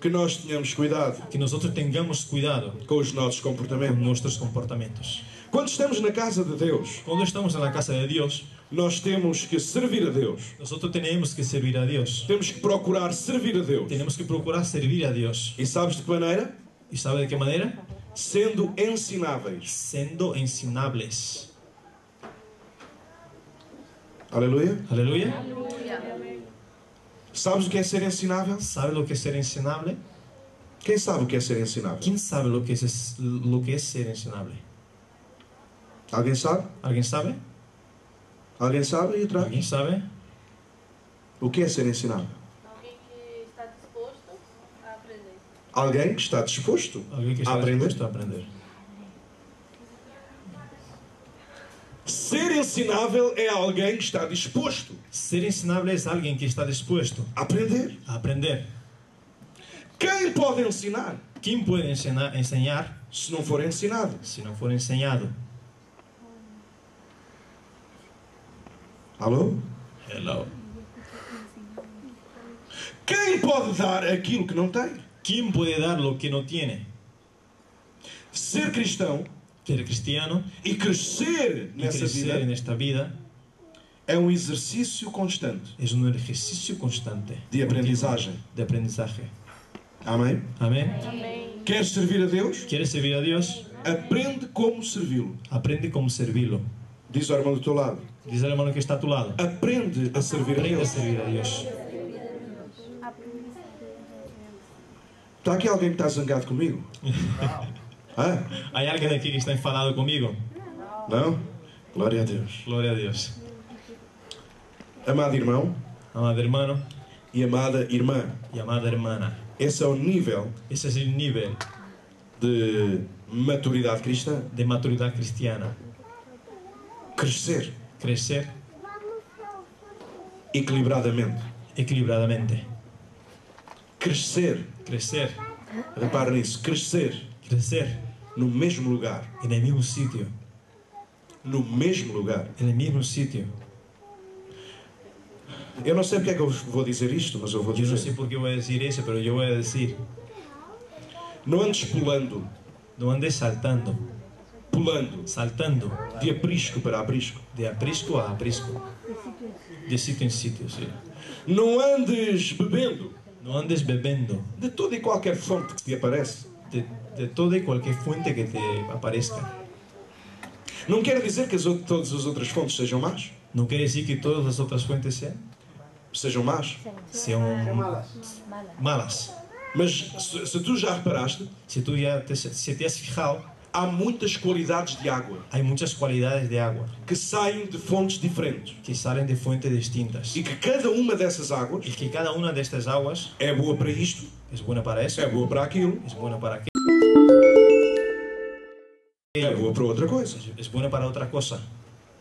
B: que nós tenhamos cuidado
C: que nosotros tengamos cuidado
B: com os nossos
C: con
B: comportamentos.
C: nuestros comportamientos.
B: Quando estamos na casa de Deus,
C: Cuando estamos en la casa de Dios,
B: nós temos que servir a Deus.
C: nosotros tenemos que servir a Dios.
B: Temos que procurar servir a Deus.
C: Tenemos que procurar servir a Dios.
B: E sabes de que maneira?
C: ¿Y sabe de qué manera?
B: Sendo ensináveis.
C: Siendo enseñables.
B: Aleluia.
C: Aleluya.
B: Sabes o que é ser ensinável?
C: ¿Sabe lo que es ser enseñable?
B: Quem sabe o que é ser ensinável?
C: ¿Quién sabe lo que es, lo que es ser enseñable?
B: Alguém sabe?
C: ¿Alguien sabe?
B: Alguém sabe aí atrás?
C: ¿Alguien sabe?
B: O que é ser ensinável?
D: Alguém que está disposto a aprender.
B: Alguém que está disposto
C: ¿Alguien que
B: a
C: está
B: aprender.
C: dispuesto a aprender?
B: Ser ensinável é alguém que está disposto
C: Ser enseñable es alguien que está dispuesto
B: a aprender.
C: a aprender.
B: Quem pode ensinar
C: ¿Quién puede ensena- enseñar
B: se não for ensinado?
C: si no fuera enseñado?
B: Alô?
C: Hello.
B: Quem pode dar aquilo que não tem?
C: ¿Quién puede dar lo que no tiene?
B: Ser cristão
C: Ser cristiano
B: e crescer
C: y
B: nessa
C: crecer en
B: vida
C: esta vida
B: é um exercício constante
C: es un ejercicio constante
B: de aprendizagem.
C: de aprendizaje.
B: Amém?
C: Amén.
B: Queres servir a Deus?
C: ¿Quieres servir a Dios?
B: Aprende como servi-lo.
C: Aprende cómo servirlo.
B: Diz ao irmão do teu lado.
C: Dice al hermano que está a tu lado.
B: Aprende a servir a
C: Aprende a
B: Deus.
C: servir a Dios.
B: Está aqui alguém que está zangado comigo? É? Hã?
C: ¿Hay alguien aquí que está enfadado conmigo?
B: Não? Glória a Deus.
C: Gloria a Dios.
B: Amado irmão
C: Amado hermano
B: e amada irmã,
C: y amada hermana.
B: esse é o nível
C: Ese es el nivel
B: de maturidade cristã.
C: de maturidad cristiana.
B: Crescer
C: Crecer
B: equilibradamente.
C: equilibradamente.
B: crescer.
C: Crecer,
B: Repare nisso, crescer
C: crecer
B: no mesmo lugar,
C: en el mismo sitio,
B: no mesmo lugar.
C: en el mismo sitio.
B: Eu não sei porque é que eu vou dizer isto, mas eu vou
C: Yo no
B: dizer.
C: sé por qué voy a decir eso, pero yo voy a decir,
B: Não andes pulando,
C: no andes saltando,
B: pulando
C: saltando
B: de aprisco para aprisco.
C: de aprisco a aprisco, de sitio en sitio, sí.
B: Não andes bebendo
C: No andes bebiendo
B: de toda e qualquer fonte que te aparece.
C: de, de toda y cualquier fuente que te aparezca.
B: Não quer dizer que as ou- todas as outras fontes sejam más,
C: No quiere decir que todas las otras fuentes sean,
B: sejam más.
C: sean malas.
B: Mas se, se tu já reparaste,
C: Si tú ya te, si te has fijado,
B: há muitas qualidades de água
C: hay muchas cualidades de agua
B: que saem de fontes diferentes
C: que salen de fuentes distintas.
B: e que cada uma dessas águas
C: Y que cada una de estas aguas
B: é boa para isto,
C: es buena para eso,
B: é boa para aquilo,
C: es buena para aquello,
B: é boa para outra coisa.
C: es buena para otra cosa.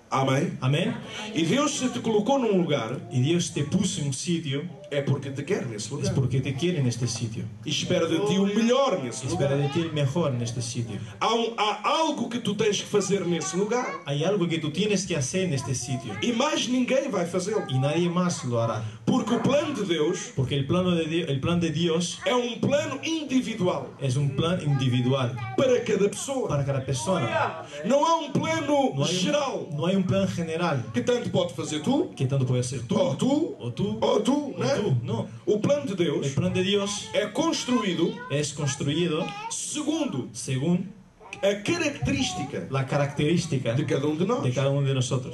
B: Amém?
C: Amén.
B: E Deus se te colocou num lugar
C: Y Dios te puso en un sitio,
B: é porque te quer nesse
C: es
B: lugar.
C: porque te quiere en este sitio.
B: E espera de ti o melhor nesse
C: Espera
B: lugar.
C: de ti el mejor en este sitio.
B: Há, um- há algo que tu tens que fazer nesse lugar
C: Hay algo que tú tienes que hacer en este sitio
B: e mais ninguém vai fazê-lo.
C: y nadie más lo hará.
B: Porque o plano de Deus
C: Porque el, plano de Di- el plan de Dios
B: é um plano individual
C: es un plan individual
B: para cada pessoa.
C: para cada persona.
B: Não há um plano
C: No hay,
B: geral
C: un, no hay un plan general
B: que tanto pode fazer tu,
C: que tanto puede ser tú
B: ou tu,
C: o tú
B: ou tu,
C: o tú.
B: né?
C: No.
B: O plano de Deus
C: El plan de Dios
B: é construído
C: es construido
B: segundo
C: según
B: a característica
C: la característica
B: de
C: de
B: cada um de nós.
C: cada uno de nosotros.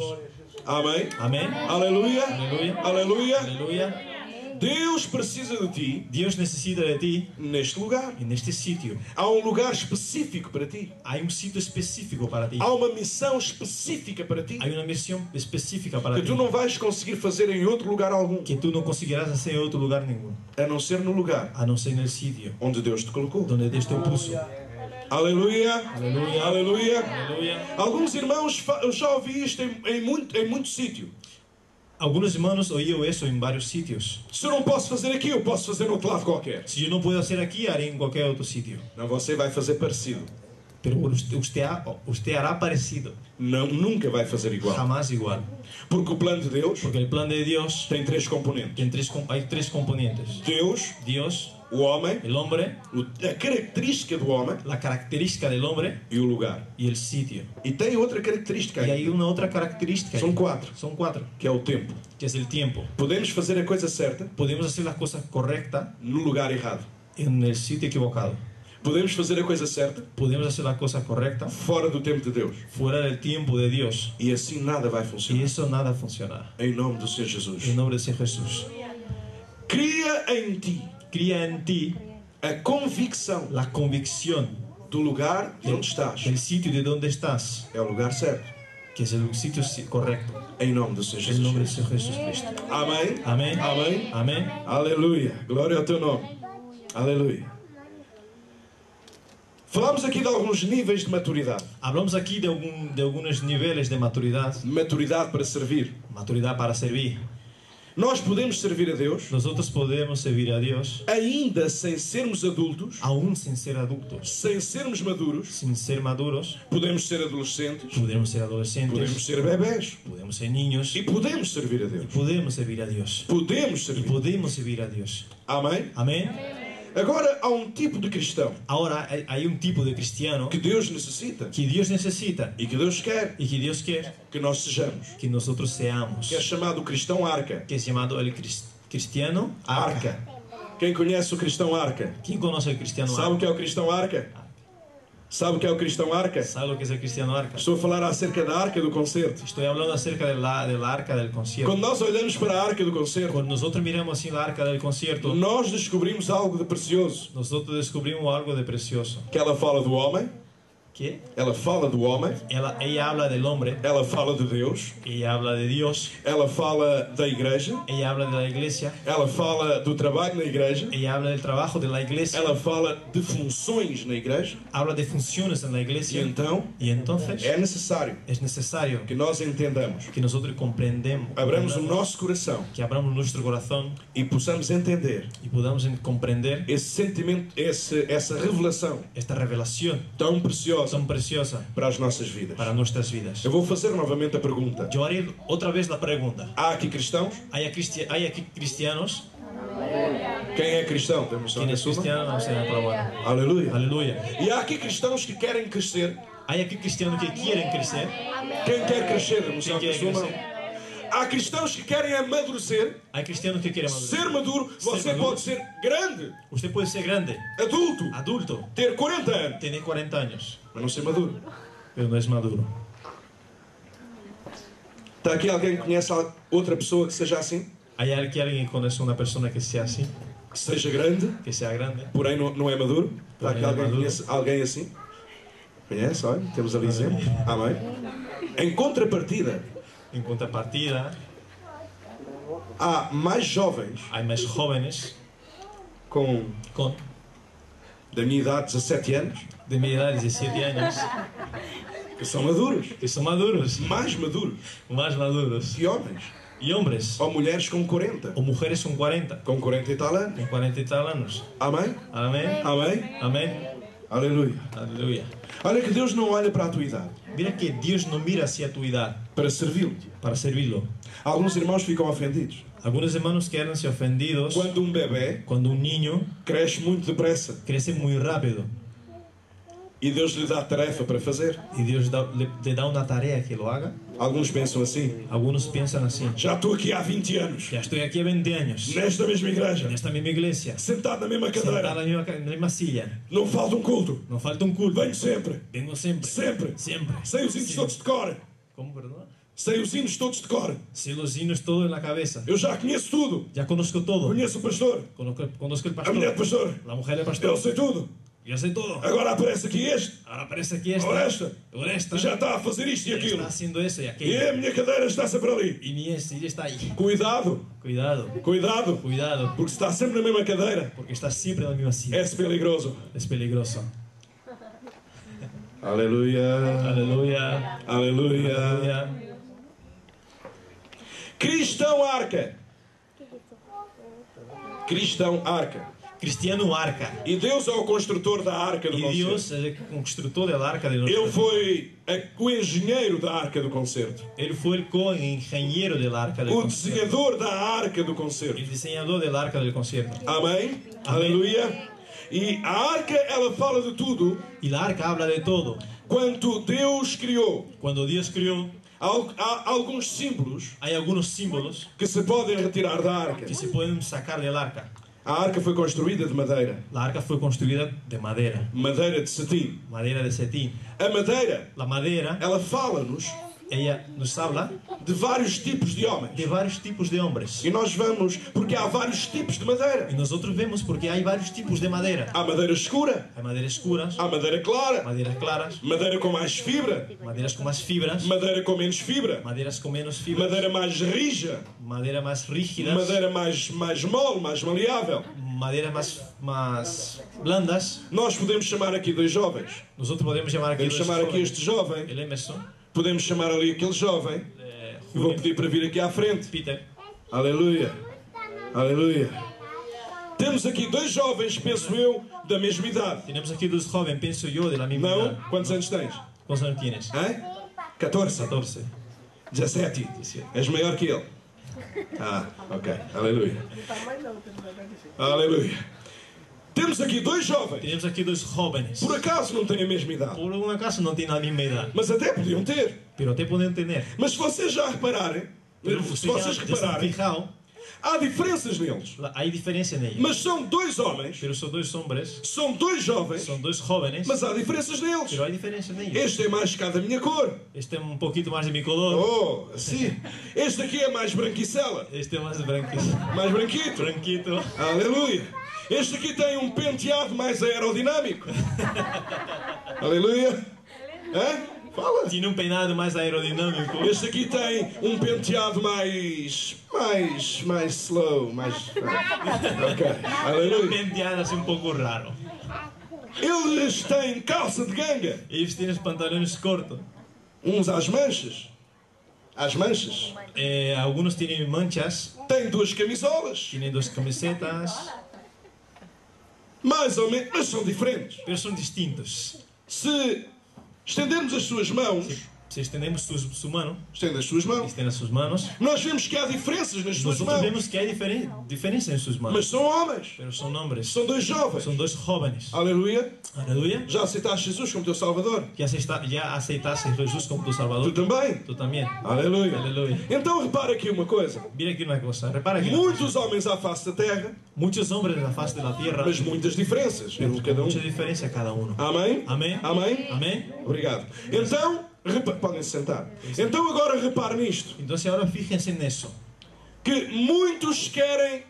B: Amém?
C: Amén.
B: Aleluia.
C: Aleluia.
B: Aleluia.
C: Aleluia.
B: Deus precisa de ti
C: Dios necesita de ti
B: neste lugar.
C: en este sitio.
B: Há um lugar específico para ti.
C: Hay un sitio específico para ti.
B: Há uma missão específica para ti
C: Hay una misión específica para
B: que
C: ti
B: tu não vais conseguir fazer em outro lugar algum,
C: que tú no conseguirás hacer en otro lugar ninguno,
B: a não ser no lugar
C: a no ser en el sitio
B: onde Deus te colocou.
C: donde Dios te puso.
B: Aleluia.
C: Aleluia.
B: Aleluia.
C: Aleluia.
B: Alguns irmãos, fa- eu já ouvi isto em, em muito, em muito sítio.
C: Algunos hermanos oído eso en varios sitios.
B: Se eu não posso fazer aqui, eu posso fazer no outro lado qualquer.
C: Si yo no puedo hacer aquí, haré en cualquier otro sitio.
B: Não, você vai fazer parecido.
C: Pero usted, usted, ha- usted hará parecido,
B: Não, nunca vai fazer igual.
C: jamás igual.
B: Porque o plano de Deus
C: Porque el plan de Dios
B: tem três componentes.
C: tiene tres, com- hay tres componentes.
B: Deus,
C: Dios,
B: o homem,
C: el hombre,
B: o- a característica do homem
C: la característica del hombre
B: e o lugar.
C: y el sitio.
B: E tem outra característica
C: Y
B: aí, é?
C: hay una otra característica. ahí.
B: Son cuatro.
C: Son cuatro,
B: que é o tempo.
C: que es el tiempo.
B: Podemos fazer a coisa certa
C: Podemos hacer las cosas correctas
B: no lugar errado.
C: en el sitio equivocado.
B: Podemos fazer a coisa certa
C: Podemos hacer las cosas correctas
B: fora do tempo de Deus.
C: fuera del tiempo de Dios.
B: E assim nada vai
C: Y
B: funcionar.
C: eso nada funcionará.
B: Em nome do Senhor Jesus.
C: En nombre de Jesús.
B: Cria em ti
C: Cría en ti
B: a convicção
C: la convicción
B: do lugar de onde estás.
C: del sitio de donde estás,
B: É o lugar certo.
C: que es el sitio si- correcto.
B: Em nome do Senhor
C: En nombre de
B: Jesus.
C: Jesús Cristo.
B: Amém.
C: Amén.
B: Amém.
C: Amén.
B: Aleluia. Glória ao teu nome. Aleluia. Falamos aqui de alguns níveis de maturidade.
C: Hablamos aquí de, algún- de algunos niveles de maturidad.
B: Maturidade para servir.
C: Maturidad para servir.
B: Nós podemos servir a Deus
C: Nosotros podemos servir a Dios
B: ainda sem sermos adultos,
C: aún sin ser adultos,
B: sem sermos maduros.
C: sin ser maduros.
B: Podemos ser adolescentes,
C: Podemos ser adolescentes,
B: podemos
C: podemos,
B: ser bebés
C: ser niños
B: e podemos servir a Deus.
C: podemos servir a Dios.
B: Podemos
C: Y
B: servir.
C: podemos servir a Dios.
B: Amém?
C: Amén.
B: Agora há um tipo de cristão
C: Ahora hay, hay un tipo de cristiano
B: que Deus necessita
C: que Dios necesita
B: e que Deus quer
C: y que Dios quiere
B: que nós sejamos,
C: que nosotros seamos,
B: que é chamado cristão arca.
C: que es llamado el cris- cristiano
B: Arca.
C: arca.
B: Quem conhece o cristão arca?
C: ¿Quién conoce el cristiano
B: Sabe o
C: arca?
B: que é o cristão arca? Sabe o que é o cristão arca?
C: ¿Sabe lo que es el cristiano arca?
B: Estou a falar acerca da arca do concerto.
C: Estoy hablando acerca de la, de la arca del concierto.
B: Quando nós olhamos para a arca do concerto,
C: Cuando nosotros miramos así la arca del concierto,
B: nós descobrimos algo de precioso.
C: nosotros descubrimos algo de precioso.
B: Que ela fala do homem,
C: que
B: Ela fala do homem,
C: ela, ella habla del hombre,
B: ela fala de Deus,
C: ella habla de Dios,
B: ela fala da igreja,
C: ella habla de la iglesia,
B: ela fala do trabalho na igreja,
C: ella habla del trabajo de la iglesia,
B: ela fala de funções na igreja.
C: habla de funciones en la
B: E
C: iglesia.
B: então
C: Y entonces
B: é necessário
C: es necesario
B: que nós entendamos,
C: que nosotros comprendemos,
B: abramos o
C: comprendamos,
B: nosso coração
C: que abramos nuestro corazón
B: e possamos entender
C: y podamos en- comprender
B: esse sentimento, esse, essa revelação
C: esta revelación
B: tão preciosa
C: tan preciosa
B: para as nossas vidas.
C: para nuestras vidas.
B: Eu vou fazer novamente a pergunta.
C: Yo haré otra vez la pregunta.
B: Há aqui cristãos?
C: ¿Hay, cristi- hay aquí cristianos?
B: Quem é cristão? Temos só
C: ¿Quién
B: na
C: es
B: suma?
C: cristiano? Vamos a la palabra.
B: Aleluia.
C: Aleluya.
B: E há aqui cristãos que querem crescer.
C: Hay aquí cristianos que quieren crecer.
B: Quem quer crescer? Temos só
C: Quem
B: na
C: quer
B: suma? Há cristãos que querem amadurecer.
C: Hay cristianos que quieren
B: Ser
C: madurar.
B: maduro, você
C: maduro.
B: pode ser grande,
C: Usted puede ser grande,
B: adulto,
C: adulto,
B: ter 40 anos,
C: tiene 40 años,
B: mas não ser maduro.
C: pero no es maduro.
B: Está aqui alguém que conhece al- outra pessoa que seja assim?
C: ¿Hay aquí alguien que conoce una persona que sea así,
B: Que seja grande,
C: que sea grande,
B: porém não, não é maduro? Está
C: Porém
B: aqui
C: não é
B: alguém que
C: maduro.
B: conhece alguém assim? Conhece, olha, temos ali exemplo. Amém? Em contrapartida,
C: en contrapartida,
B: há mais jovens
C: hay más jóvenes
B: com
C: con
B: da minha idade, 17 anos,
C: de mi edad, 17 años,
B: que são maduros,
C: que son maduros,
B: mais maduros
C: más maduros,
B: que homens,
C: y hombres
B: ou mulheres com 40,
C: o mujeres son 40,
B: com 40 e tal anos.
C: con 40 y tal años.
B: Amém?
C: Amén,
B: Amém?
C: amén,
B: Aleluia.
C: aleluya.
B: Olha que Deus não olha para a tua idade,
C: Mira que Dios no mira hacia tu edad
B: para servi-lo.
C: para servirlo.
B: Alguns irmãos ficam ofendidos.
C: Algunos hermanos quedanse ofendidos
B: Quando um bebê
C: cuando un niño
B: cresce muito depressa
C: crece muy rápido
B: e Deus lhe dá tarefa para fazer,
C: y Dios da- le, le da una tarea que lo haga.
B: alguns pensam assim:
C: Algunos piensan así,
B: já estou aqui há 20 anos,
C: ya estoy aquí 20 años,
B: nesta mesma igreja,
C: en esta misma iglesia,
B: sentado na mesma
C: sentada en
B: cadeira,
C: la misma, ca- en la misma silla,
B: não falta um culto,
C: no falta un culto,
B: venho sempre,
C: vengo siempre,
B: sempre,
C: siempre.
B: sei os hinos todos de cor,
C: ¿Cómo, perdón?
B: sei os hinos todos de cor,
C: Si los hinos todo en la cabeza,
B: eu já conheço tudo,
C: ya conozco todo,
B: conheço o pastor,
C: conozco, conozco el
B: a mulher do
C: pastor,
B: pastor,
C: la mujer del
B: eu
C: pastor,
B: sei tudo,
C: yo sé todo.
B: agora aparece aqui este,
C: Ahora aparece aquí
B: ou
C: esta, assim.
B: esta,
C: ahora esta,
B: que já está a fazer isto e
C: ya está
B: aquilo,
C: haciendo eso y
B: e a
C: aquello,
B: minha cadeira está sempre ali.
C: y ni este, y está ahí.
B: Cuidado,
C: Cuidado,
B: cuidado,
C: cuidado,
B: porque se está sempre na mesma cadeira,
C: porque está siempre en la misma silla.
B: é-se peligroso.
C: Es peligroso.
B: Aleluia,
C: Aleluya.
B: aleluia.
C: Aleluya.
B: Cristão arca. Cristão arca.
C: Cristiano arca.
B: E Deus é o construtor da arca do
C: Y
B: concerto.
C: Dios es el constructor del arca de
B: Ele
C: nosotros.
B: foi a- o engenheiro da arca do concerto.
C: Él fue el co-ingeniero del arca del
B: O
C: concierto.
B: desenhador da arca do concerto.
C: El diseñador del arca del concierto.
B: Amém? Aleluia. E a arca, ela fala de tudo
C: Y la arca habla de todo.
B: quanto Deus criou.
C: Cuando Dios creó,
B: Al- Há alguns símbolos
C: hay algunos símbolos
B: que se podem retirar da arca.
C: que se pueden sacar del arca.
B: A arca foi construída de madeira,
C: La arca fue construida de madera,
B: madeira de cetim.
C: madera de cetín.
B: A madeira,
C: La madera,
B: ela fala-nos
C: ella nos habla
B: de vários tipos de homens.
C: de varios tipos de hombres.
B: E nós vamos, porque há vários tipos de madeira.
C: Y nosotros vemos porque hay varios tipos de madera.
B: Há madeira escura,
C: Hay madeira escuras,
B: há madeira clara,
C: madeiras claras,
B: madeira com mais fibra,
C: madeiras com mais fibras,
B: madeira com menos fibra,
C: madeiras com menos fibras,
B: madeira mais rija,
C: madeira mais rígidas,
B: madeira mais, mais mole, mais maleável.
C: madeiras mais, mais blandas.
B: Nós podemos chamar aqui dois jovens.
C: Nós outros podemos chamar aqui,
B: Podemos
C: dois
B: chamar aqui
C: jovens.
B: este jovem,
C: Ele é Emerson,
B: podemos chamar ali aquele jovem.
C: é,
B: Eu vou
C: Julio,
B: pedir para vir aqui à frente.
C: Peter.
B: Aleluia. Aleluia. Temos aqui dois jovens, penso eu, da mesma idade.
C: Temos aqui dois jovens, penso eu, de la mesma
B: Não?
C: idade.
B: Quantos anos tens?
C: Quantos anos tienes?
B: Hein? 14.
C: 14.
B: 17. És maior que ele. Ah, ok. Aleluia. Aleluia. Temos aqui dois jovens.
C: Temos aqui dois jovens.
B: Por acaso não têm a mesma idade.
C: Por algum acaso não têm a mesma idade,
B: Mas até podiam ter.
C: pero até podem ter.
B: Mas se vocês já repararem, se vocês repararem,
C: fijaram,
B: há diferenças neles.
C: há diferença neles.
B: Mas são dois homens,
C: Pero são dois homens,
B: são dois jovens,
C: são dois jovens,
B: mas há diferenças neles.
C: pero há diferença neles.
B: Este é mais cá da minha cor.
C: Este é um pouquinho mais de mi color.
B: Oh, assim. Este aqui é mais branquicela,
C: Este é mais branquito.
B: mais branquito.
C: Branquito.
B: Aleluia! Este aqui tem um penteado mais aerodinâmico. Aleluia! Hã? Fala.
C: Tinha um peinado mais aerodinâmico.
B: Esse aqui tem um penteado mais. mais. mais slow, mais. Ok,
C: Um
B: aleluia.
C: penteado assim um pouco raro.
B: Eles têm calça de ganga,
C: E eles tinham os pantalones cortos.
B: uns às manchas, às manchas.
C: Eh, algunos tienen manchas,
B: Têm duas camisolas,
C: tienen dos camisetas,
B: mais ou menos, mas são diferentes.
C: pero son distintos.
B: Se estendermos as suas mãos,
C: Si extendemos su, su mano,
B: estenda as suas mãos,
C: extenden sus manos,
B: nós vemos que há diferenças nas suas
C: nosotros
B: mãos,
C: vemos que hay diferen- diferencia en sus
B: mas
C: manos.
B: são homens,
C: Pero son hombres,
B: são dois jovens.
C: son dos jóvenes.
B: Aleluia.
C: Aleluya.
B: Já aceitaste Jesus como teu Salvador?
C: Ya, aceita- ya aceptaste a Jesús como tu
B: Tu
C: Salvador.
B: também?
C: Tú también.
B: Aleluia.
C: Aleluya.
B: Então repara aqui uma coisa.
C: Mira aquí una cosa, repara que
B: Muitos homens à face da terra,
C: muchos hombres en la faz de la tierra,
B: mas muitas diferenças entre
C: pero
B: cada um.
C: mucha diferencia cada uno.
B: Amém?
C: Amém.
B: Amém?
C: Amén.
B: Obrigado. Então, repa- podem se sentar. Então agora repare nisto,
C: Entonces ahora fíjense en eso.
B: que muitos querem,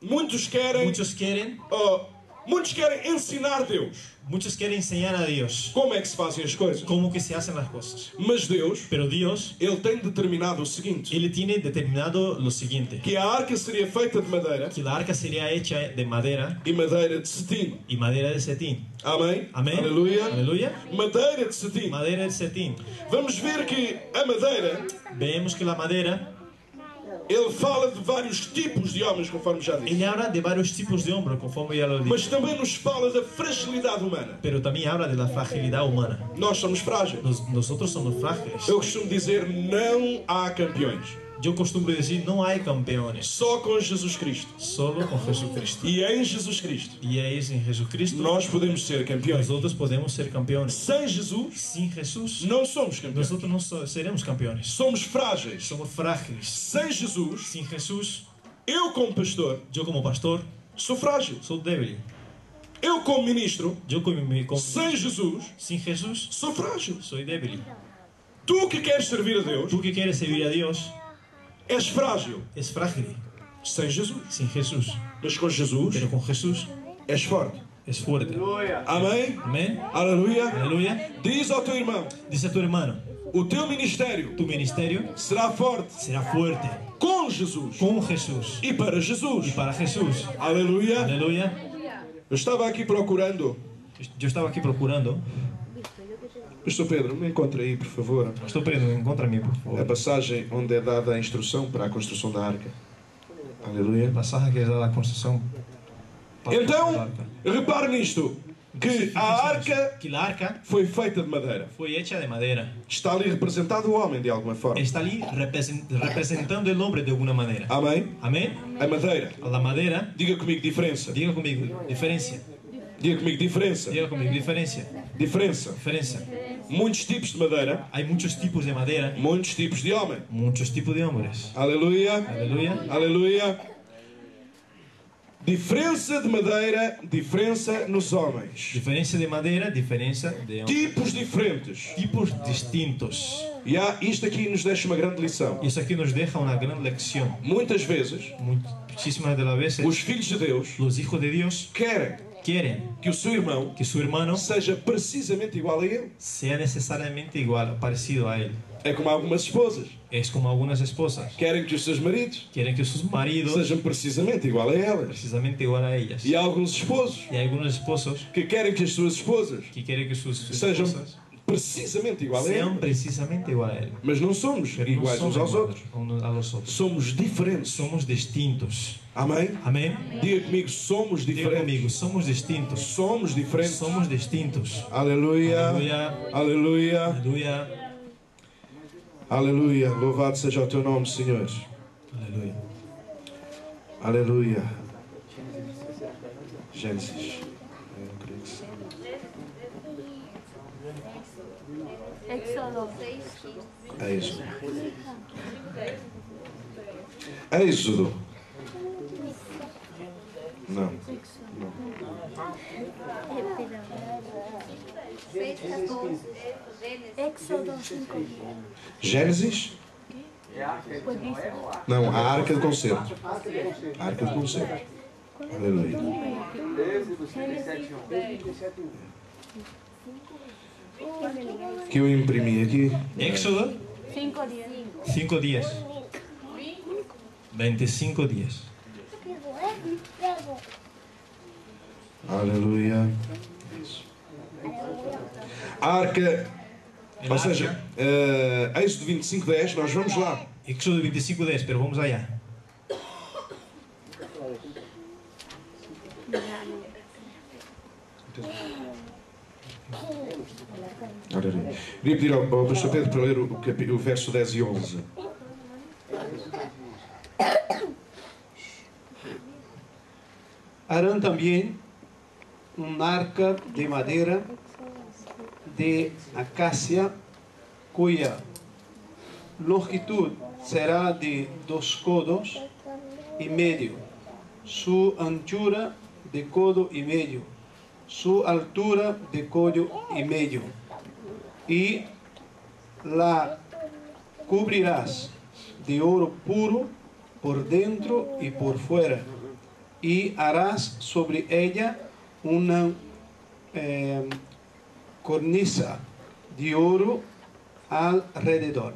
B: muitos querem,
C: Muchos quieren,
B: oh, muitos querem ensinar Deus
C: muchos quieren enseñar a Dios
B: como é que se fazem as coisas.
C: cómo que se hacen las cosas.
B: Mas Deus,
C: Pero Dios,
B: ele tem determinado o seguinte,
C: Él tiene determinado lo siguiente.
B: que a arca seria feita de madeira
C: Que la arca sería hecha de madera
B: e madeira de cetim.
C: y madera de cetín.
B: Amém?
C: Amén.
B: Aleluia.
C: Aleluya.
B: Madeira de cetim.
C: Madera de cetín.
B: Vamos ver que a madeira,
C: Vemos que la madera
B: ele fala de vários tipos de homens, conforme já disse.
C: Ele habla de vários tipos de hombro, conforme já lo disse.
B: Mas também nos fala da fragilidade humana.
C: Pero também habla de la fragilidad humana.
B: Nós somos frágeis.
C: Nos, nosotros somos frágiles.
B: Eu costumo dizer, não há campeões.
C: Eu costumo dizer, não há campeões,
B: Só com Jesus Cristo.
C: solo com Jesucristo.
B: E é em Jesus Cristo,
C: E é isso em Jesucristo.
B: nós podemos ser campeões.
C: Nós outros podemos ser campeões.
B: Sem Jesus,
C: Sem Jesus,
B: não somos campeões.
C: nós outros não so- seremos campeões.
B: Somos frágeis.
C: Somos frágiles.
B: Sem Jesus,
C: Sem Jesus,
B: eu como pastor,
C: eu como pastor
B: sou frágil.
C: sou débil.
B: Eu como ministro,
C: Eu como, me- como
B: sem Jesus,
C: sem Jesus
B: sou frágil.
C: sou débil.
B: Tu que queres servir a Deus,
C: Tu que queres servir a Deus
B: és frágil.
C: és frágil.
B: Sem Jesus.
C: Sem Jesus,
B: Mas com Jesus,
C: pero com Jesus
B: és forte.
C: és forte.
B: Amém?
C: Amém.
B: Aleluia.
C: Aleluya.
B: Diz ao teu irmão,
C: Dice a tu hermano,
B: o teu ministério
C: tu ministerio
B: será forte
C: será fuerte
B: com Jesus
C: con Jesús
B: e para Jesus.
C: y para Jesús.
B: Aleluia.
C: Aleluya.
B: Eu estava aqui procurando.
C: Yo estaba aquí procurando.
B: Pastor Pedro, me encontra aí, por favor.
C: Estou preso, encontra mim, por
B: A
C: favor.
B: passagem onde é dada a instrução para a construção da arca.
C: A
B: Aleluia.
C: passagem que é da construção.
B: Então, repare nisto: que a arca
C: que a arca
B: foi feita de madeira.
C: foi hecha de madeira.
B: Está ali representado o homem de alguma forma.
C: Está ali represen- representando o homem de alguma maneira.
B: Amém?
C: Amém?
B: A madeira.
C: A la madeira,
B: Diga comigo diferença.
C: diga comigo, diferença.
B: Diga comigo diferença.
C: Diga comigo, diferença.
B: Diferença.
C: Diferença.
B: Muitos tipos de madeira,
C: Há muitos tipos de madeira,
B: muitos tipos de homem.
C: muitos tipos de homens.
B: Aleluia.
C: Aleluia.
B: Aleluia. Diferença de madeira, diferença nos homens.
C: Diferença de madeira, diferença de homens.
B: Tipos diferentes.
C: tipos distintos.
B: E há, isto aqui nos deixa uma grande lição.
C: Isso aqui nos deixa uma grande lição.
B: Muitas vezes,
C: Muitíssimas das vezes,
B: os filhos de Deus
C: os filhos de Deus
B: querem
C: querem
B: que o seu irmão
C: que seu irmão
B: seja precisamente igual a ele.
C: seja necessariamente igual, parecido a ele.
B: É como algumas esposas
C: É como algumas esposas
B: querem que os seus maridos
C: querem que seus maridos
B: sejam precisamente igual a elas.
C: precisamente igual a elas.
B: E há alguns esposos
C: E há alguns esposos
B: que querem que as suas esposas
C: que querem que suas
B: sejam
C: esposas
B: precisamente igual a
C: sejam
B: elas.
C: precisamente igual a ele.
B: Mas não somos
C: Mas não
B: é? iguais
C: somos
B: uns aos
C: igual
B: outros.
C: uns aos outros.
B: Somos diferentes.
C: Somos distintos.
B: Amém?
C: Amém?
B: Diga comigo, somos
C: Diga
B: diferentes.
C: comigo, somos distintos.
B: Somos diferentes.
C: Somos distintos.
B: Aleluia.
C: Aleluia.
B: Aleluia.
C: Aleluia.
B: Aleluia. Louvado seja o teu nome, Senhor.
C: Aleluia.
B: Aleluia. Gênesis. É, Eu não creio que sim.
E: Éxodo.
B: Êxodo. É Êxodo. Não.
E: Éxodo 5.
B: Gênesis? Não, a Arca do Concerto. A Arca do Concerto. Aleluia. que eu imprimi aqui.
C: Éxodo
D: 5 días.
C: 5.10. 25.10.
B: Aleluia. A arca,
C: El
B: ou
C: arca.
B: seja, eh, Êxodo 25, 10, nós vamos lá.
C: Éxodo 25.10, pero vamos allá.
B: Aleluia. Queria pedir ao, ao pastor Pedro para ler o, capi- o verso 10 e 11.
E: harán también un arca de madera de acacia cuya longitud será de dos codos y medio, su anchura de codo y medio, su altura de codo y medio, y la cubrirás de oro puro por dentro y por fuera y harás sobre ella una eh, cornisa de oro alrededor.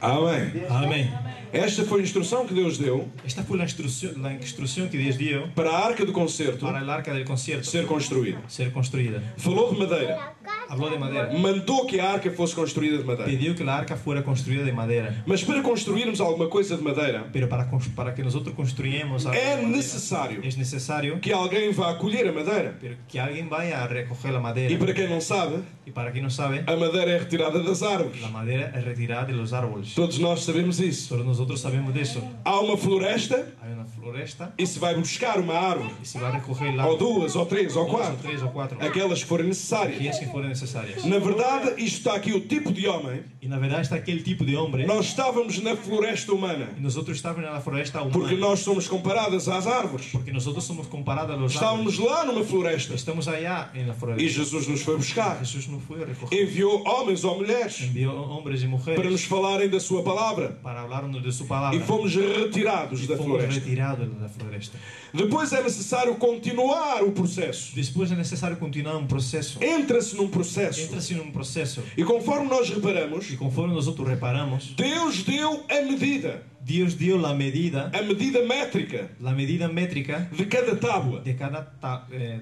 B: Amém.
C: Amén.
B: Esta foi a instrução que Deus deu
C: Esta fue la instrucción, la instrucción que Dios dio
B: para a arca do concerto
C: para el arca del concierto
B: ser construída.
C: ser construida.
B: Falou de madeira.
C: Habló de madera.
B: Mandou que a arca fosse construída de madeira.
C: Pidió que la arca fuera construida de madera.
B: Mas para construirmos alguma coisa de madeira,
C: Pero para, cons- para que nosotros construyamos algo de
B: é
C: madera,
B: necessário
C: es necesario
B: que alguém vá colher a madeira.
C: pero que alguien vaya a recoger la
B: E
C: madera.
B: para quem não sabe,
C: Y para quien no sabe,
B: a madeira é retirada das árvores.
C: la madera es retirada de los árboles.
B: Todos nós sabemos isso.
C: Solo nosotros sabemos de eso.
B: Há uma floresta
C: Hay una floresta
B: e se vai buscar uma árvore,
C: y se va a recoger la
B: ou duas, ou três, ou
C: dos o
B: quatro,
C: tres o cuatro,
B: aquelas que forem necessárias.
C: aquellas que fueran necesarias.
B: Na verdade, isto está aqui o tipo de homem.
C: Y la verdad está aquel tipo de hombre.
B: Nós estávamos na floresta humana,
C: Y nosotros estábamos en la floresta
B: porque
C: humana.
B: nós somos comparadas às árvores.
C: Porque nosotros somos comparados a los árboles.
B: Estávamos lá numa floresta
C: Estamos allá en la
B: e
C: floresta.
B: Jesus nos foi buscar.
C: Jesús no fue a recoger.
B: Enviou homens ou mulheres
C: Envió hombres y
B: para nos
C: mujeres
B: falarem da sua palavra
C: para hablarnos de su
B: e
C: palabra.
B: fomos retirados da
C: Fomos
B: floresta.
C: retirados de la floresta.
B: Depois é necessário continuar o processo.
C: Después es necesario continuar um un proceso.
B: Entra-se num processo.
C: Entras en un proceso.
B: E conforme nós reparamos,
C: Y conforme nosotros reparamos,
B: Deus deu a medida,
C: Dios dio la medida,
B: a medida métrica
C: la medida métrica
B: de cada tábua.
C: de cada ta- eh,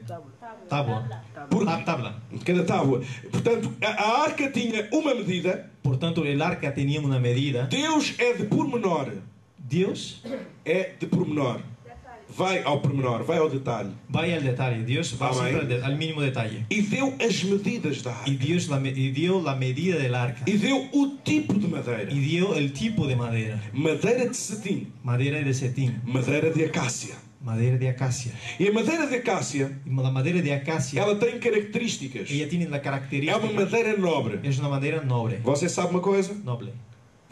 C: tabla.
B: Por-
C: Ta- tabla.
B: de cada tábua. Portanto, a, a arca tinha uma medida.
C: Por tanto, el arca tenía una medida.
B: Deus é de pormenor.
C: Dios
B: É de pormenor. Vai ao pormenor, vai ao detalhe.
C: vaya al detalle, Dios va
B: Amén.
C: siempre al, de- al mínimo detalle.
B: E deu as medidas da
C: Y
B: arca.
C: Dios la me- y dio la medida del arca.
B: E deu o tipo de madeira.
C: Y dio el tipo de madera.
B: Madeira de cetim,
C: Madera de cetín,
B: madeira de acácia.
C: madera de acacia.
B: E a madeira de acácia,
C: Y la madera de acacia,
B: ela tem características.
C: ella tiene la
B: É uma
C: característica,
B: madeira nobre.
C: es una madera noble.
B: Você sabe uma coisa?
C: Noble.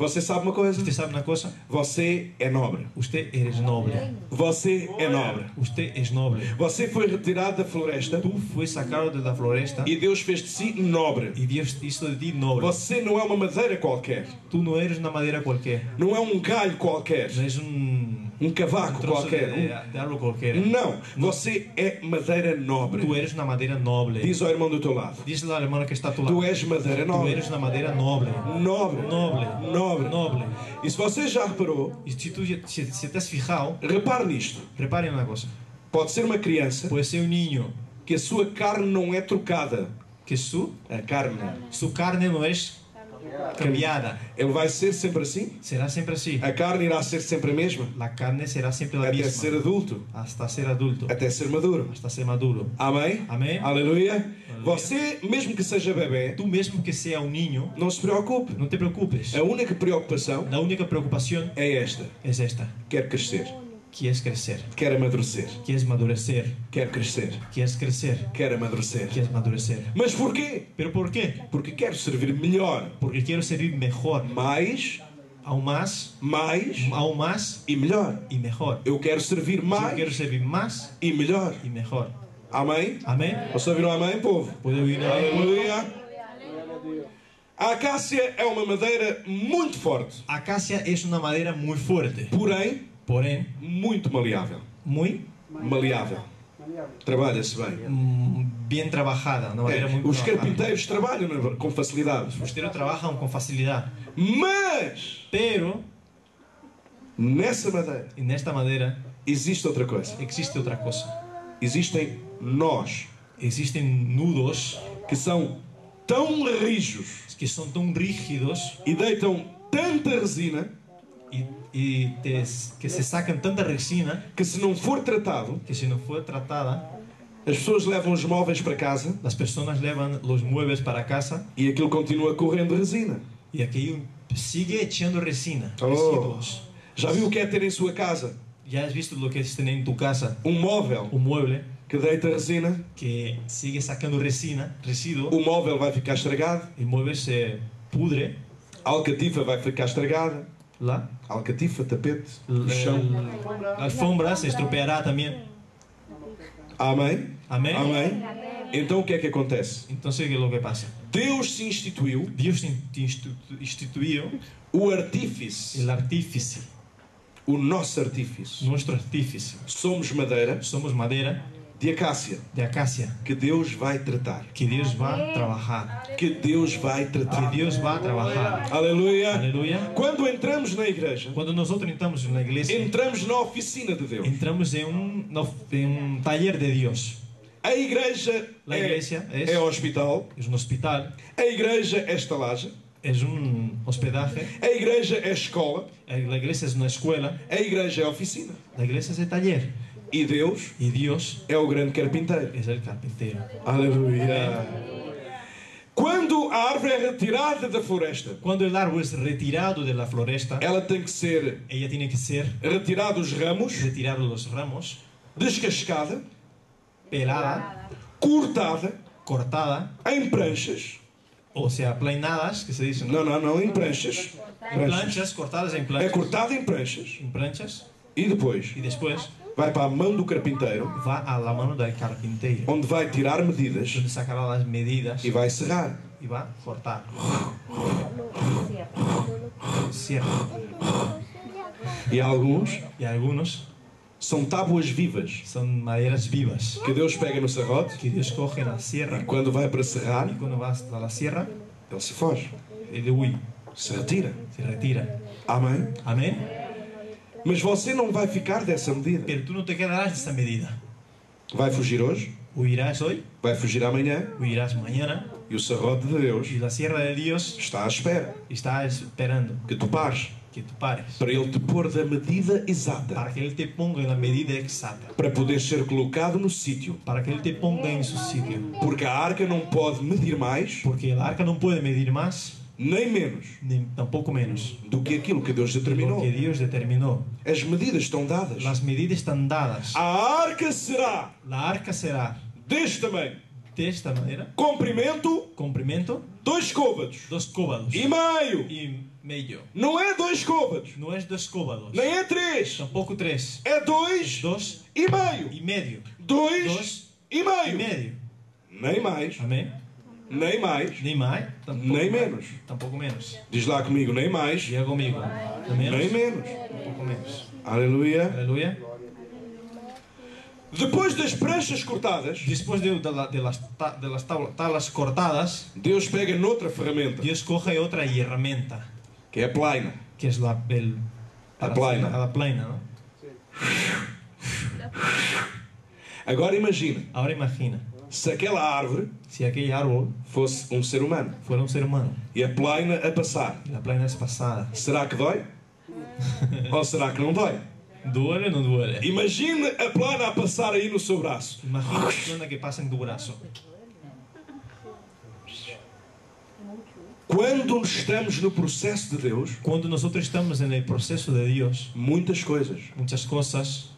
B: Você sabe uma coisa?
C: ¿Usted sabe una cosa?
B: Você é nobre.
C: Usted eres noble.
B: Você é nobre.
C: Usted es noble.
B: Você foi retirado da floresta
C: Tú fue sacado de la floresta
B: e Deus fez de si nobre.
C: y Dios hizo de ti noble.
B: Você não é uma madeira qualquer.
C: Tú no eres una madera cualquiera.
B: Não é um galho qualquer.
C: No es un,
B: Um
C: un
B: cavaco
C: trozo de,
B: qualquer.
C: de,
B: Um-
C: de árbol cualquiera.
B: Não. Você é madeira
C: Tú
B: nobre.
C: eres una madera noble.
B: é. Diz ao irmão do teu lado.
C: Dice la hermana que está a tu lado.
B: Tu és madeira
C: Tú
B: nobre.
C: eres una madera noble.
B: Nobre.
C: Noble.
B: Nobre.
C: Noble.
B: E se você já reparou,
C: Y si tú ya- si, si te has fijado,
B: repare nisto.
C: reparen una cosa.
B: Pode ser uma criança
C: Puede ser un niño
B: que a sua carne não é trocada.
C: que su,
B: A carne.
C: su carne no es cambiada.
B: Ele vai ser sempre assim?
C: Será siempre así.
B: A carne irá ser sempre a mesma?
C: La carne será siempre la
B: Até ser
C: misma.
B: adulto.
C: Hasta ser adulto.
B: Até ser maduro.
C: Hasta ser maduro.
B: Amém?
C: Amém.
B: Aleluia. Você, mesmo que seja bebê,
C: Tú mismo que sea un niño,
B: não se preocupe.
C: no te preocupes.
B: A única preocupação
C: La única preocupación
B: é esta.
C: es esta.
B: Quer crescer.
C: Quieres crecer.
B: Quer amadurecer.
C: Quieres madurecer.
B: Quer crescer.
C: Quieres crecer.
B: Quer amadurecer.
C: Quieres madurecer.
B: Mas porquê?
C: ¿Pero por qué?
B: Porque quero servir melhor.
C: Porque quiero servir mejor.
B: Mais,
C: Aún más.
B: mais
C: Aún más
B: e melhor.
C: y mejor.
B: Eu quero servir
C: Yo quiero
B: mais
C: servir más
B: e melhor.
C: y mejor.
B: Amém?
C: Amén.
B: Vocês ouviram amém, povo?
C: ¿Puedo oír una vez?
B: Aleluia. A acácia é uma madeira muito forte,
C: Acacia es una madera muy fuerte,
B: porém
C: porén
B: muito maleável.
C: muy
B: Maleável. Trabalha-se bem.
C: mm, bien trabajada, una
B: É,
C: madera muy
B: os
C: trabajada.
B: carpinteiros trabalham na- com facilidade,
C: Los carpinteros trabajan con facilidad,
B: mas
C: pero
B: nessa madeira
C: en esta madera
B: existe outra coisa.
C: existe otra cosa.
B: Existem nós
C: Existen nudos
B: que são tão rijos
C: que son tan rígidos
B: e deitam tanta resina
C: y, y te- que se sacan tanta resina
B: que se não for tratado,
C: que si no fue tratada,
B: as pessoas levam os móveis para casa
C: las personas llevan los muebles para casa
B: e aquilo continua correndo resina.
C: y aquello sigue echando resina,
B: Oh.
C: residuos.
B: Já viu o que é ter em sua casa
C: Ya has visto lo que es tener en tu casa
B: um móvel
C: un mueble
B: que deita resina?
C: que sigue sacando resina, residuo,
B: O móvel vai ficar estragado,
C: el mueble se pudre,
B: a alcatifa vai ficar estragada,
C: la,
B: alcatifa, tapete, o
C: la-
B: chão.
C: la alfombra se estropeará también.
B: Amém?
C: Amén.
B: Amém? Então o que é que acontece?
C: Entonces, ¿qué es lo que pasa?
B: Deus se instituiu
C: Dios in- institu- instituyó
B: o artífice,
C: el artífice,
B: o nosso artífice.
C: nuestro artífice.
B: Somos madeira
C: Somos madera
B: de acácia
C: de acacia
B: que Deus vai tratar.
C: que Dios va a trabajar.
B: Que Deus vai tratar.
C: Que Dios va a trabajar.
B: Ah. Aleluia!
C: Aleluya.
B: Quando entramos na igreja,
C: Cuando nosotros entramos en la iglesia,
B: entramos na oficina de Deus.
C: entramos en un, no- en un taller de Dios.
B: A igreja
C: La iglesia
B: é,
C: es,
B: é hospital,
C: es un hospital,
B: a igreja é estalagem,
C: es un hospedaje, eh,
B: a igreja é escola,
C: la iglesia es una escuela,
B: a igreja é oficina.
C: la iglesia es el taller.
B: E Deus
C: Y Dios
B: é o grande carpinteiro.
C: es el carpintero.
B: Aleluia! Quando a árvore é retirada da floresta,
C: Cuando el árbol es retirado de la floresta,
B: ela tem que ser
C: ella tiene que ser
B: retirada os ramos,
C: retirar los ramos,
B: descascada,
C: pelada,
B: cortada,
C: cortada,
B: em pranchas.
C: o sea, aplainadas, que se dicen, ¿no?
B: Não, não, não, em pranchas.
C: En
B: Pranchas.
C: planchas, cortadas en
B: É
C: planchas,
B: cortada em pranchas.
C: en planchas,
B: E depois
C: y después
B: vai para a mão do carpinteiro,
C: va a la mano del carpintero,
B: onde vai tirar medidas
C: donde sacará las medidas
B: e vai serrar.
C: y va a cortar. Cierra.
B: E alguns
C: Y algunos
B: são tábuas vivas
C: son maderas vivas,
B: que Deus pega no serrote
C: que Dios coge en la
B: e
C: sierra,
B: quando vai para serrar,
C: y cuando va hasta la sierra,
B: ele se foge,
C: el huye,
B: se retira.
C: se retira.
B: Amém?
C: Amén.
B: Mas você não vai ficar dessa medida.
C: Pero tú no te quedarás de esa medida.
B: Vai fugir hoje,
C: Huirás hoy,
B: vai fugir amanhã
C: huirás mañana,
B: e o serrote de Deus
C: y la sierra de Dios
B: está à espera
C: está esperando
B: que tu pares
C: que tú pares
B: para ele te pôr da medida exata
C: para que Él te ponga en la medida exacta,
B: para poder ser colocado no sítio.
C: para que Él te ponga en su sitio.
B: Porque a arca não pode medir mais
C: Porque el arca no puede medir más,
B: nem menos
C: ni tampoco menos.
B: do que aquilo que Deus determinou.
C: Porque Dios determinó.
B: As medidas estão dadas.
C: Las medidas están dadas.
B: A arca será
C: La arca será
B: deste tamanho,
C: de esta manera.
B: comprimento,
C: Comprimento,
B: dois côvados
C: dos cóbados
B: e meio.
C: y medio.
B: Não é dois côvados,
C: No es dos cóbados,
B: nem é três,
C: tampoco tres.
B: é dois
C: Dos
B: e meio.
C: y medio.
B: Dois
C: Dos
B: e
C: y
B: meio.
C: medio.
B: Nem mais,
C: Amén.
B: nem mais,
C: Nem mais, tampoco
B: nem
C: mais,
B: menos.
C: Tampouco menos.
B: Diz lá comigo, nem mais,
C: Diga comigo. Nem menos,
B: nem menos.
C: tampouco menos.
B: Aleluia.
C: Aleluia.
B: Depois das pranchas cortadas,
C: Depois de, de, la- de las, ta- de las tabla- tablas cortadas,
B: Deus pega noutra ferramenta,
C: Dios coge otra herramienta,
B: que é a plaina.
C: que es la, el,
B: La plana.
C: La plana, ¿no?
B: Agora imagina,
C: Ahora imagina,
B: se aquela árvore
C: si aquel árbol
B: fosse um ser humano
C: fuera un ser humano
B: e a plaina a passar,
C: y la plana es pasada,
B: será que dói? Ou será que não dói?
C: ¿duele o no duele?
B: Imagina a plana a passar aí no seu braço.
C: Imagina la plana que pasa en tu brazo.
B: Quando estamos no processo de Deus,
C: Cuando nosotros estamos en el proceso de Dios,
B: muitas coisas
C: muchas cosas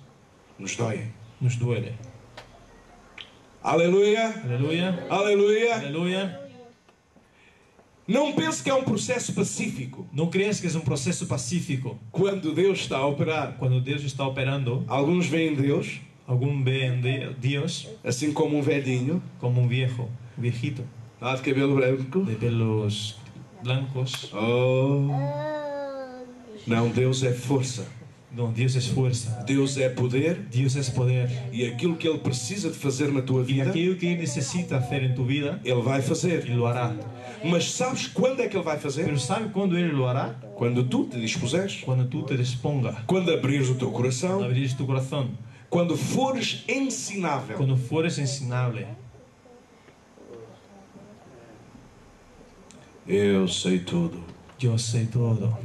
B: nos doem.
C: nos duele.
B: Aleluia!
C: Aleluya,
B: Aleluia!
C: aleluya.
B: Não pense que é um processo pacífico
C: No crees que es un proceso pacífico
B: quando Deus está a operar.
C: cuando Dios está operando.
B: Alguns veem Deus
C: Algún ve en de- Dios
B: assim como um velhinho,
C: como un viejo, un viejito,
B: lá de cabelo branco.
C: de pelos blancos.
B: Oh! Não, Deus é força.
C: Onde Deus é força,
B: Deus é poder
C: Deus é poder.
B: e aquilo que Ele precisa de fazer na tua
C: E
B: vida,
C: aquilo que Ele necessita hacer en tu vida,
B: Ele vai
C: Ele
B: fazer.
C: lo hará.
B: Mas sabes quando é que Ele vai fazer?
C: Pero sabe quando Ele lo hará?
B: Quando tu te dispuseres,
C: Quando tu te disponga,
B: quando abrires o teu
C: quando
B: coração,
C: abrires tu coração,
B: quando fores ensinável.
C: quando fores ensinável.
B: Eu sei tudo.
C: Eu sei tudo.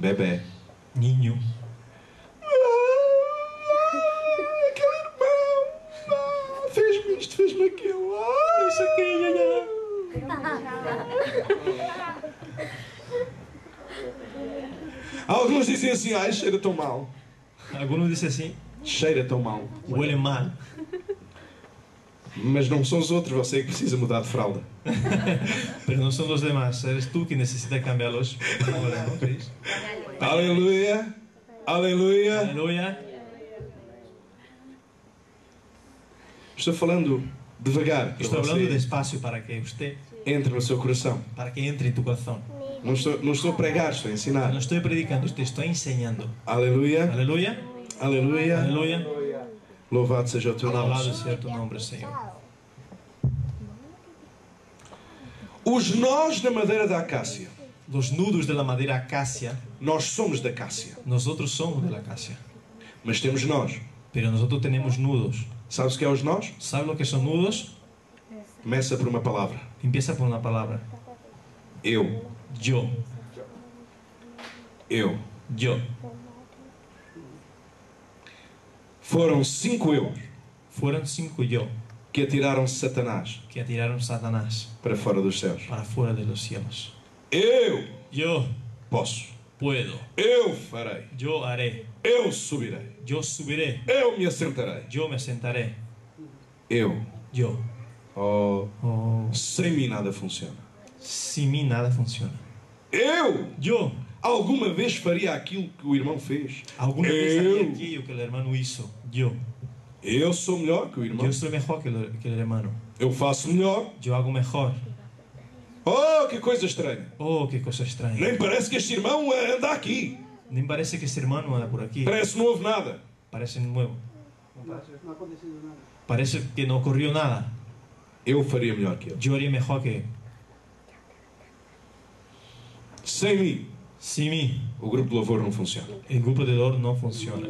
B: Bebê.
C: Ninho.
B: Ah, aquele irmão ah, fez-me isto, fez-me aquilo. Ah, isso aqui, ah, ah. Alguns dizem assim, ai, cheira tão mal.
C: Alguns dizem assim,
B: Cheira tão mal.
C: huele mal.
B: Mas não são os outros, você é que precisa mudar de fralda.
C: Pero no son los demás, eres tú que necesitas cambiarlos. Hola, ¿no? ¿Veis?
B: Aleluia! Aleluia!
C: Aleluya.
B: Estou falando devagar. para
C: Estoy
B: você.
C: hablando despacio para que usted,
B: Entre no seu coração.
C: para que entre en tu corazón.
B: Não estou, não estou a pregar, estou a
C: No
B: ensinar.
C: estoy predicando, te estoy enseñando.
B: Aleluia!
C: Aleluya.
B: Aleluia!
C: Aleluya.
B: Louvado seja o teu nome.
C: Alabado sea tu nombre, Señor.
B: Os nós da madeira da acácia.
C: Los nudos de la madera acacia,
B: Nós somos da acácia,
C: nosotros somos de la acacia.
B: mas temos nós.
C: Pero nosotros tenemos nudos.
B: Sabes o que é os nós?
C: ¿Sabes lo que son nudos?
B: Começa por uma palavra.
C: Empieza por una palabra.
B: Eu.
C: Yo.
B: Eu.
C: Yo.
B: Foram cinco eu
C: Fueron cinco yo
B: que atiraram Satanás
C: que atiraron Satanás
B: para fora dos céus.
C: para fuera de los cielos.
B: Eu
C: Yo
B: posso.
C: puedo.
B: Eu farei.
C: Yo haré.
B: Eu subirei.
C: Yo subiré.
B: Eu me assentarei.
C: Yo me sentaré.
B: Eu.
C: Yo.
B: Oh,
C: Oh,
B: sem mim nada funciona.
C: sin mí nada funciona.
B: Eu
C: Yo
B: alguma vez faria aquilo que o irmão fez.
C: alguna vez
B: Eu.
C: haría aquello que el hermano hizo. Yo.
B: Eu sou melhor que o irmão.
C: Yo soy mejor que el, que el hermano.
B: Eu faço melhor.
C: Yo hago mejor.
B: Oh, que coisa estranha.
C: Oh, qué cosa extraña.
B: Nem parece que este irmão eh, anda aqui.
C: Ni parece que este hermano anda por aquí.
B: Parece que não houve nada.
C: Parece nuevo. Parece que no ocurrió nada.
B: Eu faria melhor que ele.
C: Yo haría mejor que él.
B: Sem mim,
C: Sin mí,
B: o grupo de louvor não funciona.
C: el grupo de dolor no funciona.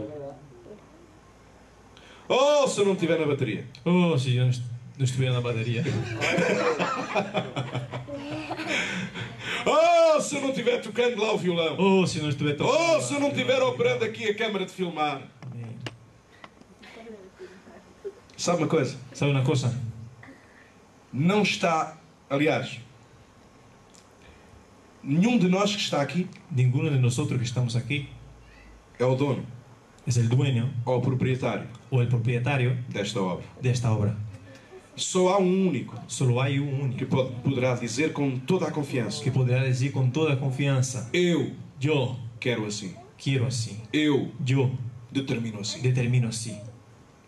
B: Oh, se eu não estiver na bateria.
C: Oh, si yo no est- no estuviera en la batería.
B: Oh, se eu não estiver tocando lá o violão.
C: Oh, si no estuviera tocando.
B: Oh, se eu não estiver operando aqui a câmara de filmar.
C: Amén.
B: Sabe uma coisa?
C: ¿Sabe una cosa?
B: Não está, aliás, nenhum de nós que está aqui
C: Ninguno de nosotros que estamos aquí
B: é o dono
C: es el dueño
B: ou o proprietário
C: o el propietario
B: desta obra.
C: de esta obra.
B: Só há um único
C: Solo hay un
B: que
C: único
B: pode- poderá dizer com toda a confiança:
C: que podrá decir con toda confianza,
B: Eu
C: yo
B: quero assim.
C: quiero así,
B: Eu
C: yo
B: determino assim.
C: determino así.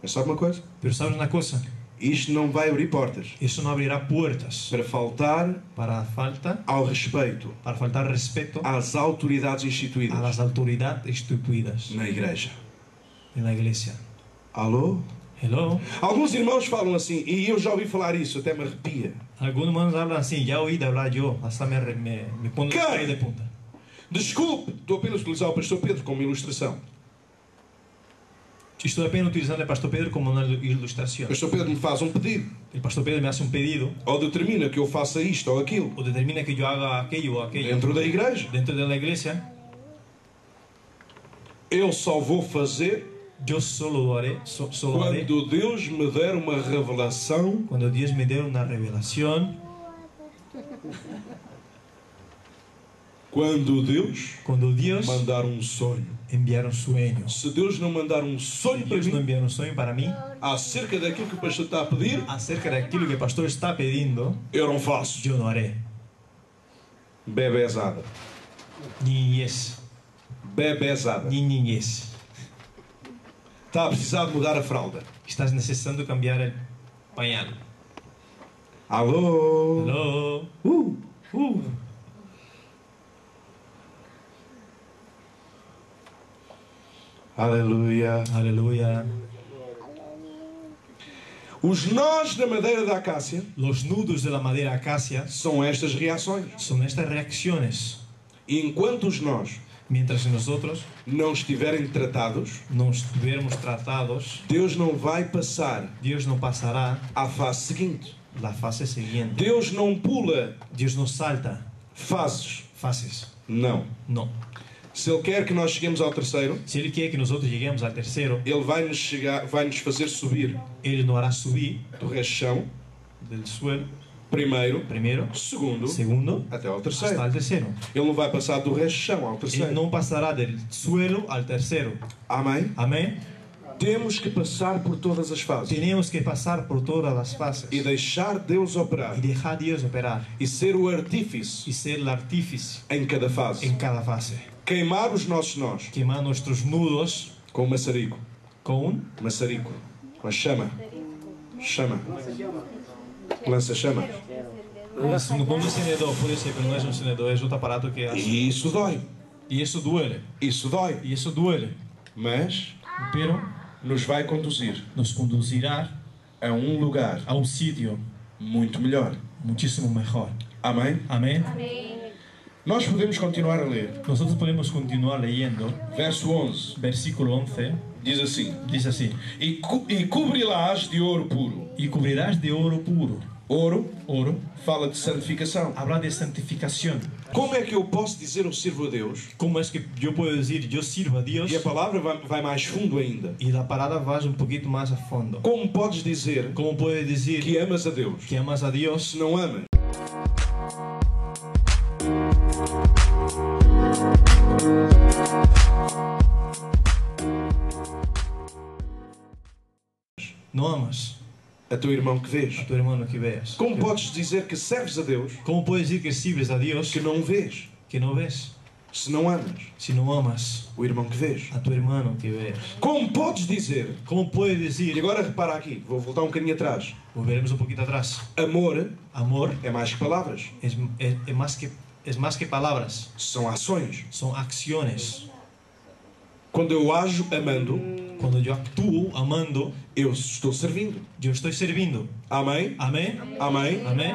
B: Mas sabe uma coisa?
C: Pero ¿sabes una cosa?
B: Isto não vai abrir portas
C: Eso no abrirá puertas
B: para faltar
C: para falta,
B: ao respeito
C: para faltar respeto
B: às autoridades
C: a
B: instituídas
C: las autoridades instituidas
B: na igreja.
C: en la iglesia.
B: Alô?
C: Hello.
B: Alguns irmãos falam assim, e eu já ouvi falar isso, até me arrepia.
C: Algunos hermanos hablan así, ya oí de hablar yo, hasta me, re- me, me pongo los
B: ¿Qué?
C: pelos de punta.
B: Desculpe, estou apenas a utilizar o pastor Pedro como ilustração.
C: Estoy apenas utilizando al pastor Pedro como una ilu-
B: O
C: ilustración.
B: pastor Pedro me faz um pedido,
C: El pastor Pedro me hace un pedido
B: ou determina que eu faça isto ou aquilo,
C: o determina que yo haga aquello o aquello
B: dentro da igreja.
C: dentro de la iglesia,
B: Eu só vou fazer
C: yo solo lo haré, so- solo haré
B: quando Deus me der uma revelação
C: cuando Dios me dé una revelación,
B: quando Deus
C: cuando Dios
B: mandar um sonho.
C: enviara un sueño.
B: Se Deus não mandar um sonho para
C: Dios no
B: mim
C: enviara un sueño para mí
B: acerca daquilo que o pastor está a pedir,
C: acerca de aquello que el pastor está pidiendo,
B: eu não faço.
C: yo no haré.
B: Bebezada.
C: Niñez,
B: Bebezada.
C: ni niñez.
B: Está a precisar de mudar a fralda.
C: Estás necesitando cambiar el pañal.
B: Alô?
C: Hello.
B: Uh.
C: Uh.
B: Aleluia.
C: Aleluya.
B: Os nós da madeira da acácia
C: Los nudos de la madera acacia
B: são estas reações.
C: son estas reacciones.
B: E enquanto os nós
C: Mientras nosotros
B: não estiverem tratados,
C: no estivermos tratados,
B: Deus não vai passar
C: Dios no pasará
B: à fase seguinte.
C: la fase siguiente.
B: Deus não pula
C: Dios no salta
B: fases.
C: fases.
B: Não.
C: No.
B: Se Ele quer que nós cheguemos ao terceiro,
C: Si Él quiere que nosotros lleguemos al tercero,
B: Ele vai nos, chegar, vai nos fazer subir
C: Él nos hará subir
B: do rechão,
C: del suelo
B: primeiro,
C: primero,
B: segundo,
C: segundo,
B: até ao
C: hasta
B: terceiro.
C: el tercero.
B: Ele não vai passar do rechão ao
C: Él
B: terceiro.
C: no pasará del suelo al tercero.
B: Amém?
C: Amén.
B: Temos que passar por todas as fases
C: Tenemos que pasar por todas las fases
B: e deixar Deus operar
C: y dejar a Dios operar
B: e ser o artífice
C: y ser el artífice
B: em cada fase.
C: en cada fase.
B: Queimar os nossos nós
C: Quemar nuestros nudos
B: com o maçarico.
C: con
B: Maçarico. Com a chama. Chama. Lança chama.
C: No pongo encendedor, por eso, pero no es un encendedor, es otro aparato que hace.
B: E isso dói.
C: Y eso duele,
B: Isso dói.
C: y eso duele,
B: Mas
C: pero
B: nos vai conduzir
C: nos conducirá
B: a um lugar
C: a un sitio
B: muito melhor.
C: muchísimo mejor.
B: Amém?
C: Amén.
B: Nós podemos continuar a ler.
C: Nosotros podemos continuar leyendo.
B: Verso 11
C: Versículo 11
B: diz assim:
C: dice así,
B: E, cu e cobri-la-ás de ouro puro.
C: y cubrirás de oro puro.
B: Ouro
C: Oro
B: fala de santificação.
C: habla de santificación.
B: Como é que eu posso dizer eu sirvo a Deus?
C: ¿Cómo es é que yo puedo decir yo sirvo a Dios?
B: E a palavra vai, vai mais fundo ainda.
C: Y la parada va un poquito más a fondo.
B: Como podes dizer
C: ¿Cómo puedes decir
B: que amas a Deus
C: que amas a Dios
B: se não amas?
C: No amas
B: A teu irmão que vês?
C: a tu hermano que veas.
B: Como podes dizer que serves a Deus
C: ¿Cómo puedes decir que sirves a Dios
B: que não vês?
C: que no ves?
B: Se não amas
C: Si no amas
B: o irmão que vês?
C: a tu hermano que veas.
B: Como podes dizer?
C: ¿Cómo puedes
B: E
C: decir,
B: agora repara aqui, vou voltar um bocadinho atrás.
C: volveremos un poquito atrás,
B: Amor
C: amor
B: é mais que palavras,
C: es, es- es más, que, es más que palabras,
B: são ações.
C: son acciones.
B: Quando eu ajo amando,
C: Cuando yo actúo amando,
B: eu estou servindo.
C: yo estoy sirviendo.
B: Amém?
C: Amén.
B: Amém?
C: Amén.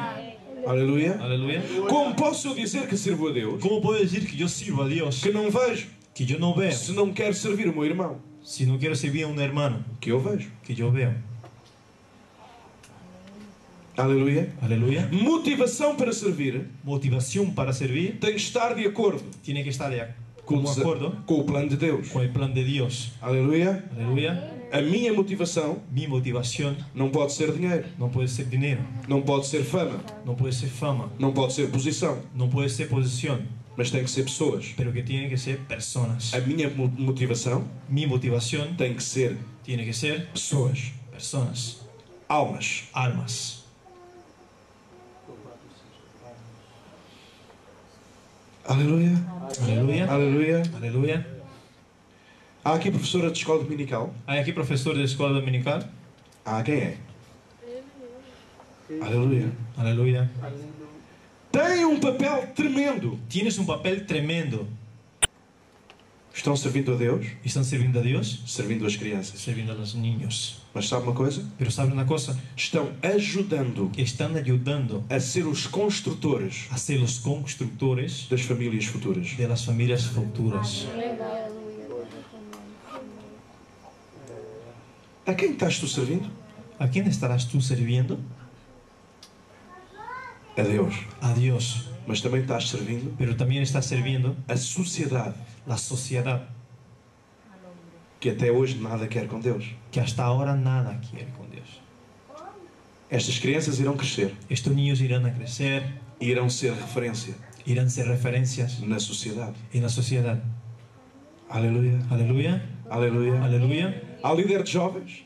B: Aleluia.
C: Aleluya.
B: Como posso eu dizer que sirvo a Deus
C: ¿Cómo puedo decir que yo sirvo a Dios
B: que não vejo?
C: que yo no veo
B: Se não quero servir o meu irmão,
C: si no quiero servir a un hermano
B: que eu vejo.
C: que yo veo?
B: Aleluia.
C: Aleluya.
B: Motivação para servir
C: Motivación para servir
B: tem que estar de acordo
C: tiene que estar de ac-
B: com,
C: como
B: o-
C: acuerdo
B: com o plano de Deus.
C: con el plan de Dios.
B: Aleluia.
C: Aleluya.
B: A minha motivação
C: Mi motivación
B: não pode ser dinheiro,
C: no puede ser dinero,
B: não pode ser fama,
C: no puede ser fama,
B: não pode ser posição,
C: no puede ser posición,
B: mas tem que ser pessoas.
C: pero que tienen que ser personas.
B: A minha mo- motivação
C: Mi motivación
B: tem que ser
C: tiene que ser
B: pessoas,
C: personas,
B: almas.
C: almas.
B: Aleluia.
C: Aleluya.
B: Aleluia.
C: Aleluya.
B: Há aqui professora de escola dominical.
C: Hay aquí profesor de escuela dominical.
B: Ah, quem é? Aleluia.
C: Aleluya.
B: Tem um papel tremendo.
C: Tienes un papel tremendo.
B: Estão servindo a Deus,
C: ¿Están sirviendo a Dios?
B: servindo as crianças.
C: Sirviendo a los niños.
B: Mas sabe uma coisa?
C: Pero sabe una cosa?
B: Estão ajudando
C: Están ayudando
B: a ser os construtores
C: a ser los constructores
B: das famílias futuras.
C: de las familias futuras.
B: A quem estás tu servindo?
C: ¿A quién estarás tú sirviendo?
B: A Deus.
C: A Dios.
B: Mas também estás servindo
C: Pero también estás sirviendo
B: a sociedade
C: la sociedad
B: que até hoje nada quer com Deus.
C: que hasta ahora nada quiere con Dios.
B: Estas crianças irão crescer
C: Estos niños irán a crecer,
B: e irão ser referência
C: irán a ser referencias
B: na sociedade.
C: en la sociedad.
B: Aleluia.
C: Aleluya.
B: Aleluia.
C: Aleluia.
B: Há líder de jovens?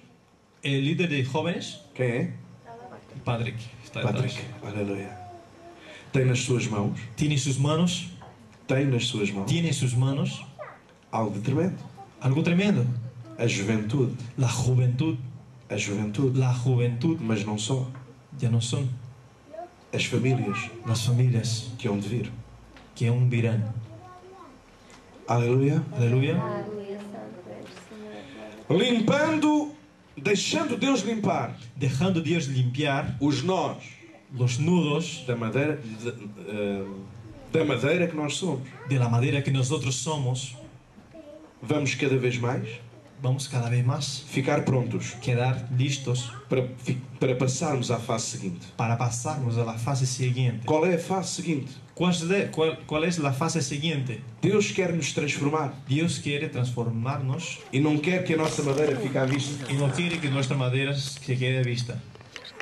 C: El líder de jóvenes,
B: Quem é?
C: Patrick, está detrás.
B: Patrick. Aleluia. Tem nas suas mãos,
C: Tiene en sus manos,
B: tem nas suas mãos
C: tiene en sus manos
B: algo de tremendo.
C: algo tremendo.
B: A juventude.
C: La juventud,
B: A juventude.
C: la juventud
B: Mas não só.
C: ya no son
B: As famílias
C: las familias
B: que hão de vir.
C: que aún virán.
B: Aleluia.
C: Aleluya.
B: limpando, deixando Deus limpar
C: dejando Dios limpiar
B: os nós
C: los nudos
B: da madeira, de- eh, da madeira que nós somos.
C: de la madera que nosotros somos,
B: Vamos cada vez mais
C: vamos cada vez más
B: ficar prontos
C: quedar listos
B: para, fi- para passarmos à fase seguinte.
C: para pasarnos a la fase siguiente.
B: Qual é a fase seguinte?
C: ¿Cuál, es de- cuál- cuál es la fase siguiente?
B: Deus quer nos transformar
C: Dios quiere transformarnos
B: e não quer que a nossa madeira fique à vista,
C: y no quiere que nuestra madera se quede a vista,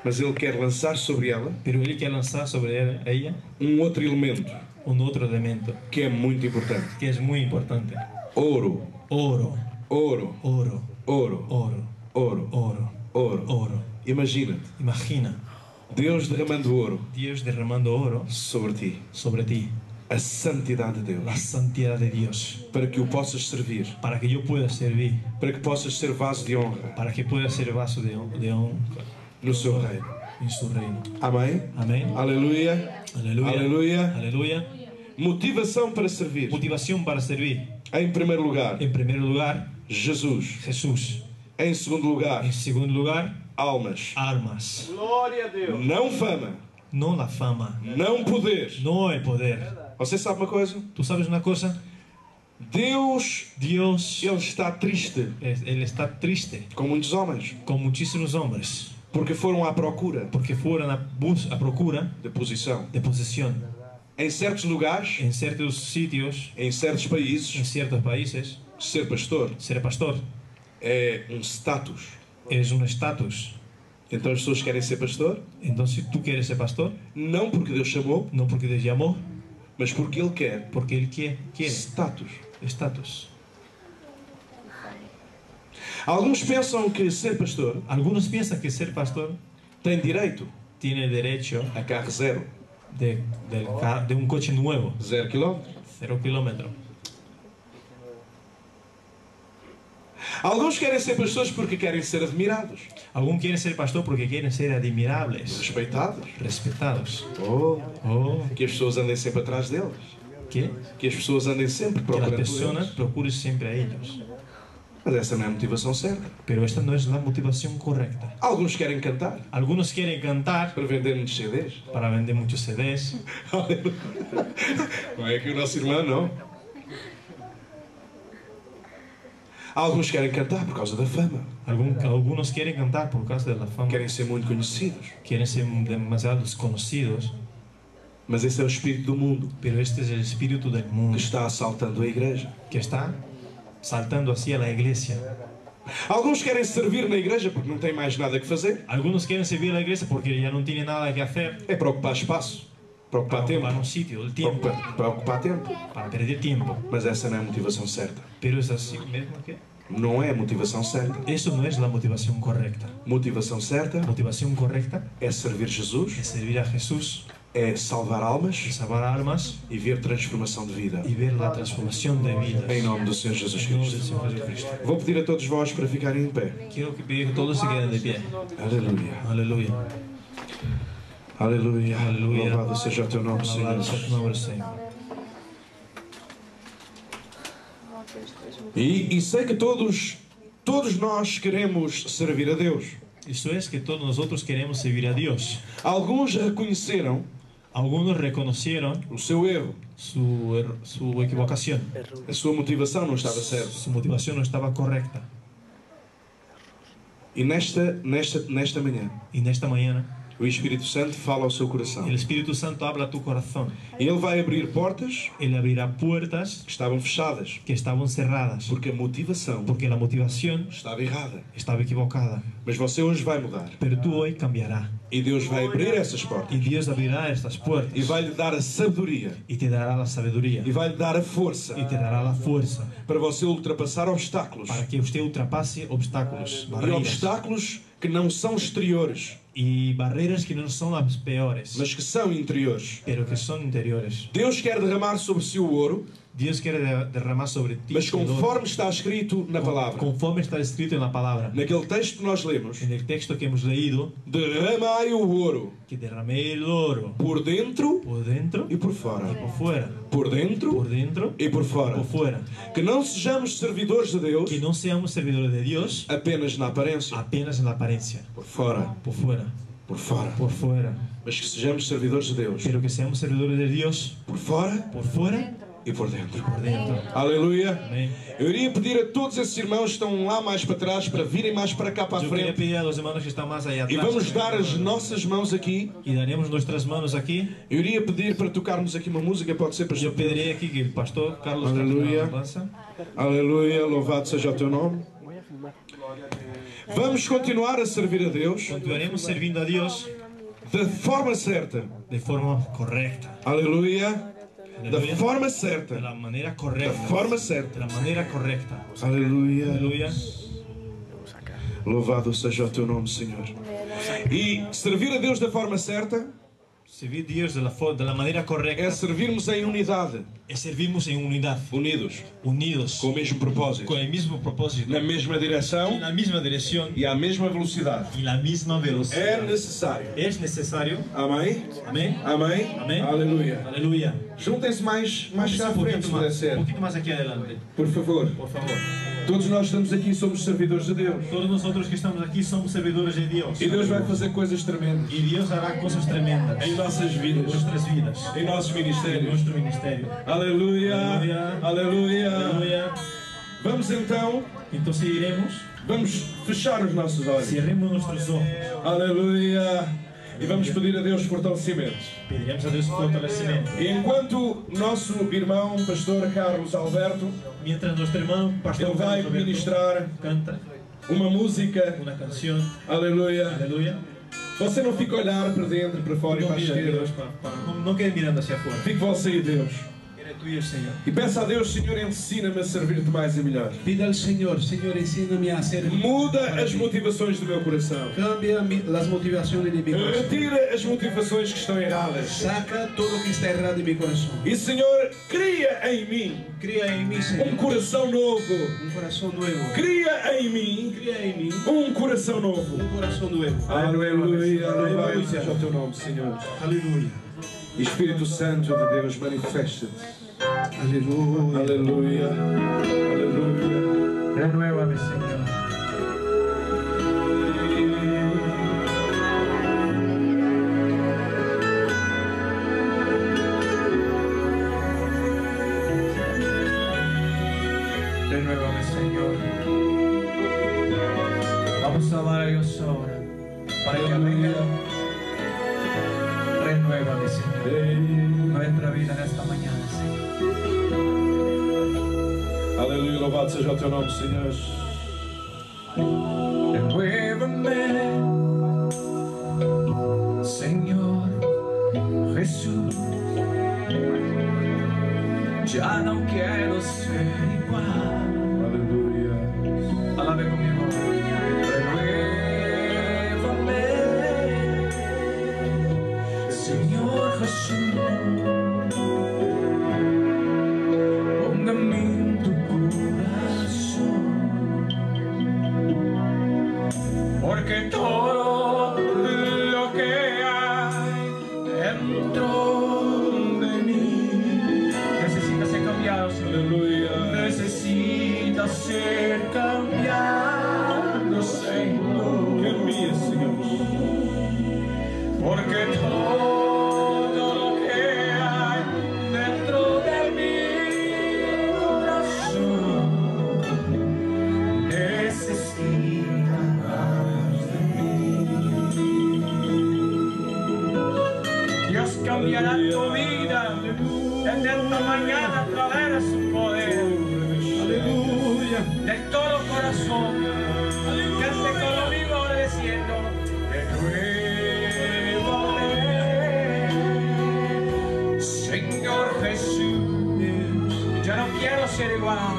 B: mas Ele quer lançar sobre ela
C: pero Él quiere lanzar sobre él- ella
B: um outro elemento
C: un otro elemento
B: que é muito importante:
C: que es muy importante.
B: ouro,
C: Oro,
B: ouro,
C: oro,
B: ouro,
C: oro,
B: ouro,
C: oro,
B: ouro.
C: oro.
B: Imagina-te,
C: Imagina
B: Deus derramando ouro
C: Dios derramando oro
B: sobre ti,
C: sobre ti,
B: a santidade de
C: la
B: Deus,
C: santidad de Dios,
B: para que o possas servir,
C: para que yo pueda servir,
B: para que possas ser vaso de honra
C: para que pueda ser vaso de, hon- de honra
B: no seu reino.
C: en su reino.
B: Amém?
C: Amén.
B: Aleluia.
C: Aleluya.
B: Aleluia.
C: Aleluya.
B: Motivação para servir.
C: Motivación para servir.
B: Em primeiro lugar,
C: En primer lugar,
B: Jesus.
C: Jesús.
B: Em segundo lugar,
C: En segundo lugar,
B: almas.
C: armas.
B: Não fama,
C: No la fama.
B: não poder.
C: No el poder.
B: Você sabe uma coisa?
C: ¿Tú sabes una cosa?
B: Deus,
C: Dios,
B: ele está triste
C: es- Él está triste
B: com muitos homens
C: con muchísimos hombres
B: porque foram à procura
C: porque fueron a, bus a procura
B: de posição.
C: de posesión.
B: Em certos lugares,
C: En ciertos sitios,
B: em certos
C: en
B: países,
C: ciertos países,
B: ser pastor
C: ser pastor
B: é um status.
C: es un estatus.
B: Então as pessoas querem ser pastor,
C: Entonces, ¿tú quieres ser pastor?
B: não porque Deus chamou,
C: No porque te llamó,
B: mas porque Ele quer
C: porque Él quie- quiere
B: status.
C: estatus.
B: Alguns pensam que ser pastor
C: Algunos piensan que ser pastor
B: tem direito
C: tiene derecho
B: a carro zero,
C: de, del ca- de un coche nuevo,
B: zero quilómetro.
C: cero kilómetros.
B: Alguns querem ser pastores porque querem ser admirados,
C: Algunos quieren ser pastor porque quieren ser admirables,
B: respeitados.
C: respetados.
B: Oh,
C: Oh,
B: que as pessoas andem sempre atrás deles,
C: ¿qué?
B: que as pessoas andem sempre
C: Que las
B: procurando por
C: personas
B: eles.
C: procuren siempre a ellos.
B: Mas essa não é a motivação certa.
C: Pero esta no es la motivación correcta.
B: Alguns querem cantar
C: Algunos quieren cantar
B: para vender-nos CDs.
C: para vender muchos CDs.
B: Não é que o nosso irmão não. Alguns querem cantar por causa da fama,
C: Algun- algunos quieren cantar por causa de la fama.
B: querem ser muito conhecidos.
C: Quieren ser demasiado desconocidos.
B: Mas esse é o espírito do mundo
C: Pero este es el espíritu del
B: que
C: mundo
B: está assaltando a igreja.
C: que está saltando hacia la iglesia.
B: Alguns querem servir na igreja porque não têm mais nada que fazer.
C: Algunos quieren servir a la iglesia porque ya no tienen nada que hacer
B: É para ocupar espaço, para ocupar
C: para
B: tempo,
C: ocupar un sitio, el
B: para
C: tiempo,
B: ocupar- para ocupar tempo.
C: para perder tiempo.
B: Mas essa não é a motivação certa.
C: Pero es así mismo que
B: Não é a motivação certa.
C: eso no es la motivación correcta.
B: Motivação certa
C: La motivación correcta
B: é servir Jesus,
C: es servir a Jesús,
B: é salvar
C: es
B: almas
C: salvar almas
B: e ver transformação de vida.
C: y ver la transformación de vidas.
B: Em nome do Senhor Jesus
C: En nombre del
B: Cristo.
C: Señor Jesucristo.
B: Vou pedir a todos vós para ficarem em pé.
C: Quiero que pedir que todos se queden de pie.
B: Aleluia.
C: Aleluya.
B: Aleluia.
C: Aleluia.
B: Louvado seja o teu nome, Senhor.
C: Alabado sea tu nombre, Señor.
B: E, e sei que todos, todos nós queremos servir a Deus.
C: Esto es que todos nosotros queremos servir a Dios.
B: Alguns reconheceram
C: Algunos reconocieron
B: o seu erro.
C: su, er- su equivocación.
B: A sua motivação não estava certa.
C: Su motivación no estaba correcta.
B: E nesta, nesta, nesta manhã,
C: Y en esta mañana
B: o Espírito Santo fala ao seu coração.
C: El Espíritu Santo habla a tu corazón.
B: E Ele vai abrir portas
C: Él abrirá puertas
B: que estavam fechadas,
C: que estaban cerradas,
B: porque a motivação
C: porque la motivación
B: estava errada.
C: estaba equivocada.
B: Mas você hoje vai mudar.
C: Pero tú hoy cambiará
B: E Deus vai abrir essas
C: y
B: portas.
C: Dios abrirá estas puertas
B: E vai lhe dar a sabedoria.
C: y te dará la sabiduría
B: E vai lhe dar a força
C: y te dará la fuerza
B: para você ultrapassar obstáculos.
C: para que usted ultrapase obstáculos,
B: E
C: barreras
B: obstáculos que não são exteriores,
C: y barreras que no son las peores,
B: mas que são interiores.
C: pero que son interiores.
B: Deus quer derramar sobre si o ouro,
C: Dios quiere de- derramar sobre ti
B: Mas
C: calor,
B: conforme está escrito na palavra,
C: conforme está escrito en la palabra.
B: naquele texto que nós lemos,
C: En el texto que hemos leído,
B: derramai o ouro
C: que derramé el oro
B: por dentro
C: por dentro
B: e
C: y
B: por fora.
C: por fuera.
B: Por
C: Por
B: dentro
C: dentro y
B: e por fora.
C: por fuera.
B: Que não sejamos servidores de Deus
C: Que no seamos servidores de Dios
B: apenas na aparência,
C: apenas en la apariencia.
B: por fora,
C: Por fuera.
B: por fora.
C: Por fuera.
B: Mas que sejamos servidores de Deus
C: Pero que seamos servidores de Dios
B: por fora
C: por fuera
B: e por dentro.
C: por dentro.
B: Aleluia.
C: Amén.
B: Eu iria pedir a todos esses irmãos que estão lá mais para trás para virem mais para cá para a
C: Yo quería
B: frente
C: pedir a los hermanos que están más allá
B: e
C: atrás.
B: vamos dar as nossas mãos aqui.
C: Y daremos nuestras manos aquí.
B: Eu iria pedir para tocarmos aqui uma música, pode ser para
C: Yo pediría aquí que el pastor Carlos cante una
B: Aleluya.
C: alabanza.
B: Aleluia, louvado seja o teu nome. Vamos continuar a servir a Deus
C: Continuaremos sirviendo a Dios
B: da forma certa.
C: de forma correcta.
B: Aleluia, da
C: Aleluya.
B: forma
C: De
B: certa.
C: la manera
B: Da
C: correcta.
B: forma
C: De
B: certa.
C: la manera correcta.
B: Aleluia.
C: Aleluya.
B: Louvado seja o teu nome, Senhor. E servir a Deus da forma certa
C: Servir a Dios de la, fo- de la manera correcta
B: é servirmos em unidade,
C: es servirnos en unidad,
B: unidos,
C: unidos,
B: com o mesmo propósito,
C: con el mismo propósito,
B: na mesma direção
C: en la misma dirección
B: e à mesma velocidade.
C: y la misma
B: É
C: velocidad.
B: necessário.
C: Es necesario.
B: Amém?
C: Amén.
B: Amém?
C: Amén.
B: Aleluia.
C: Aleluya.
B: Juntem-se mais, mais cá à
C: Un
B: frente,
C: poquito
B: se puder
C: más,
B: ser.
C: un poquito más aquí adelante,
B: Por favor.
C: por favor.
B: Todos nós estamos aqui e somos servidores de Deus.
C: Todos nosotros que estamos aquí somos servidores de Dios.
B: E Deus vai fazer coisas tremendas
C: Y Dios hará cosas tremendas
B: em nossas
C: en
B: vidas,
C: nuestras vidas,
B: em nossos
C: en
B: ministérios.
C: nuestro ministerio.
B: Aleluia. Aleluia.
C: Aleluya.
B: Vamos então,
C: Entonces iremos,
B: vamos fechar os nossos olhos.
C: cerremos nuestros ojos,
B: Aleluia. E vamos pedir a Deus fortalecimentos.
C: pediremos a Dios fortalecimiento.
B: E enquanto nosso irmão, pastor Carlos Alberto,
C: Mientras nuestro hermano
B: ele
C: Pastor
B: vai
C: Carlos Alberto
B: ministrar
C: canta
B: uma música.
C: una canción,
B: Aleluia.
C: aleluya,
B: Você não fica a olhar para dentro, para fora e
C: no,
B: para a
C: mira,
B: esquerda.
C: Dios, para- para- no- no quede mirando hacia afuera.
B: Fique você e Deus.
C: Eres tuyo, Señor.
B: E peça a Deus, Senhor, ensina-me a servir-te mais e melhor.
E: Pida al Señor, Señor, ensina-me a ser.
B: Muda as motivações do meu coração.
E: Cambia mi- las motivaciones de mi corazón.
B: Retira as motivações que estão erradas.
E: Saca todo lo que está errado de mi corazón.
B: E, Senhor, cria em mim
E: Cría en mí,
B: um
E: Señor,
B: coração novo.
E: un corazón nuevo.
B: Cria em mim
E: Cría en mí
B: um coração novo.
E: un corazón nuevo.
B: Aleluia, louvado seja o teu nome, Senhor.
E: Aleluia.
B: Espírito Santo de Deus, manifesta-te.
E: Aleluya.
B: Aleluia, aleluia.
E: Renuévame, Señor.
F: Renuévame, Señor. Vamos a amar a Dios ahora. Para que venga. Renuévame, Señor. Nuestra vida en esta mañana, Señor.
B: Aleluia, louvado seja o teu nome, Senhor.
F: Renuévame, Señor Jesús. Ya no quiero ser igual.
B: Aleluia.
F: Alabe conmigo. Renuévame, Señor Jesús. Póngame en tu corazón. Porque todo lo que hay dentro de mí necesita ser cambiado, Señor
B: Aleluia.
F: necesita ser cambiado, Señor,
B: Cambia, Senhor.
F: porque todo lo que hay dentro de mi corazón necesita más de mí. Dios cambiará tu vida en esta mañana a través de su poder.
B: Aleluia.
F: de todo corazón, cante conmigo agradeciendo. Renuévame, Señor Jesús, ya no quiero ser igual,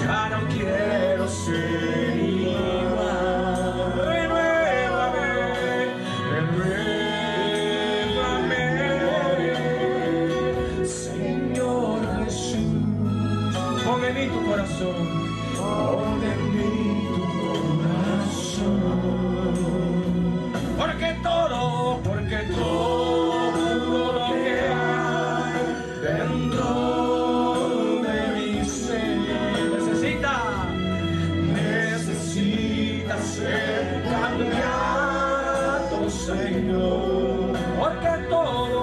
F: ya no quiero ser igual. Renuévame, renuévame, Señor Jesús. de mí tu corazón. Porque todo, porque todo lo que hay dentro de mi ser necesita, necesita ser cambiado, Señor. Porque todo,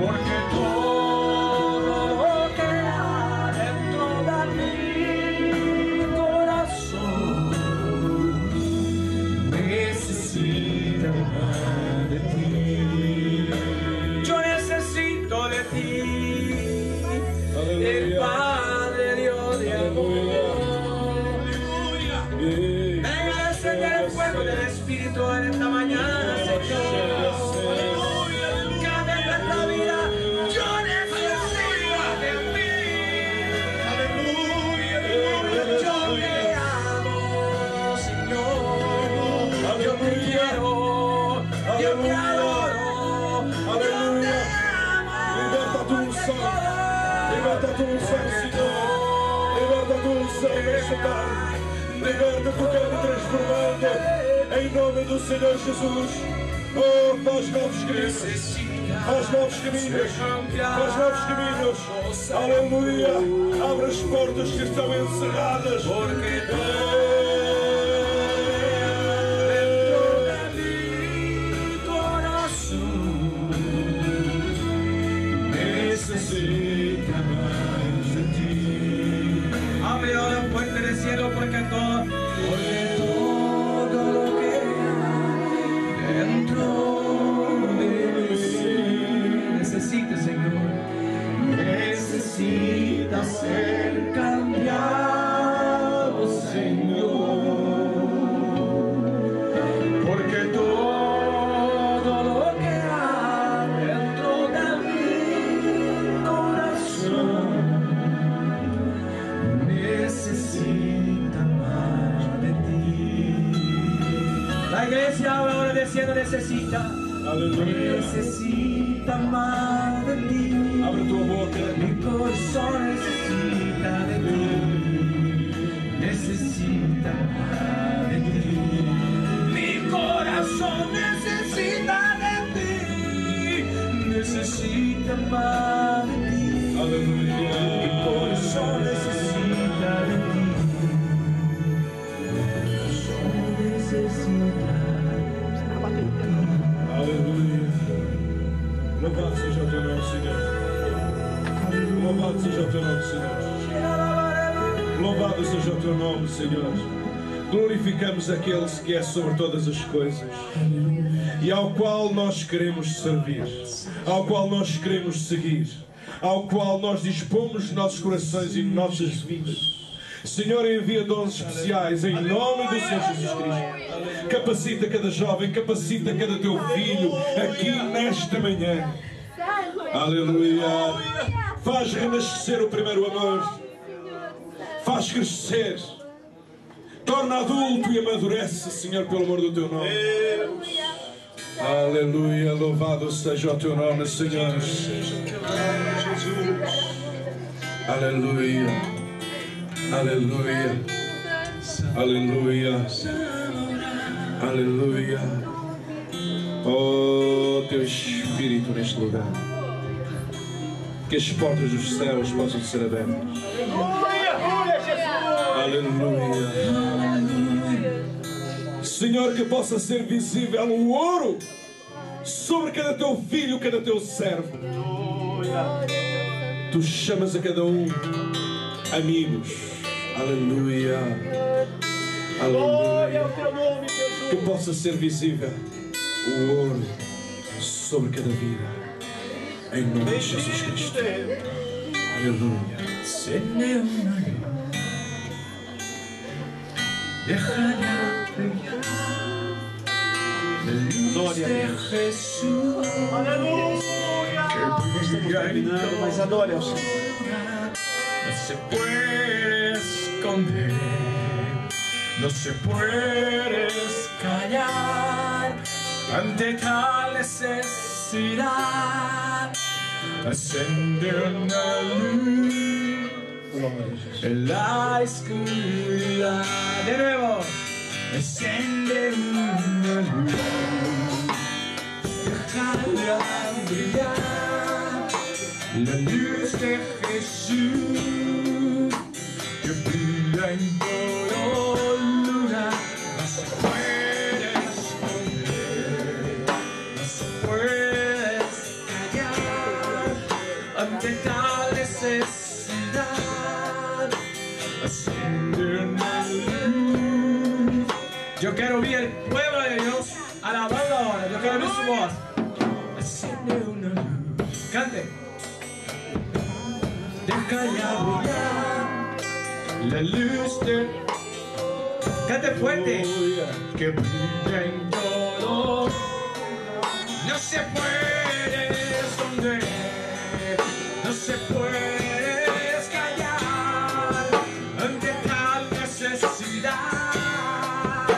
F: porque todo lo que hay dentro de mi corazón necesito de ti. Yo necesito de ti, el Padre Dios de amor. Venga a encender el fuego del Espíritu en esta mañana, Señor. Cambia nuestra vida. Yo necesito de ti. Yo te amo, Señor. Yo te quiero. Yo te adoro. Yo te amo.
B: Liberta tu unção, Senhor. Liberta tu unção neste tarde. Liberta tu quero transformando. Em nome do Senhor Jesus. Oh, faz novos caminhos. Faz novos caminhos. Faz novos caminhos. Aleluia. Abre as portas que estão encerradas. Porque
F: Dentro de mi corazón necesita más de ti. Abre ahora puerta del cielo porque todo, porque todo lo que hay dentro de mi ser necesita, Señor, necesita ser cambiado, Señor. Porque todo lo que hay dentro de mi corazón necesita más de ti. La iglesia ahora, ahora diciendo necesita, necesita más de ti. Abre tu boca, mi corazón necesita de ti, necesita más de ti. Mi corazón necesita de ti, necesita más de ti. Aleluya. Mi corazón necesita de ti. Mi corazón necesita.
B: Aleluia. Louvado seja o teu nome, Senhor. Louvado seja o teu nome, Senhor. Louvado seja o teu nome, Senhor. Glorificamos aquele que é sobre todas as coisas e ao qual nós queremos servir, ao qual nós queremos seguir, ao qual nós dispomos nossos corações e nossas vidas. Senhor, envia dons especiais em nome do Senhor Jesus Cristo. Capacita cada jovem, capacita cada teu filho aqui nesta manhã. Aleluia. Faz renascer o primeiro amor. Faz crescer. Torna adulto e amadurece, Senhor, pelo amor do teu nome. Aleluia. Louvado seja o teu nome, Senhor. Aleluia. Aleluia. Aleluia. Aleluia. Oh, teu Espírito neste lugar. Que as portas dos céus possam ser abertas. Aleluia. Senhor, que possa ser visível o ouro sobre cada teu filho, cada teu servo. Tu chamas a cada um amigos. Aleluia. Aleluia. Que possa ser visível o ouro sobre cada vida. Em nome de Jesus Cristo. Aleluia.
F: Señor, déjame Glória a Deus. Jesús. Aleluia.
E: Terminando, mas adore ao Senhor.
F: No se puede esconder, no se puede callar ante tal necesidad. Ascende una luz
G: Gloria a Jesús.
B: La oscuridad
F: De nuevo.
B: enciende una luz. Déjala brillar la luz de Jesús que brilla en todo lugar. No se puede esconder, no se puede callar ante tal necesidad. Asciende una luz.
F: Yo quiero oír el pueblo de Dios alabando ahora. Yo quiero oír su voz.
B: Enciende una luz,
F: Cante.
B: déjala brillar la luz de
F: Cante fuerte.
B: gloria que brilla en todo. No se puede esconder, no se puede callar ante tal necesidad.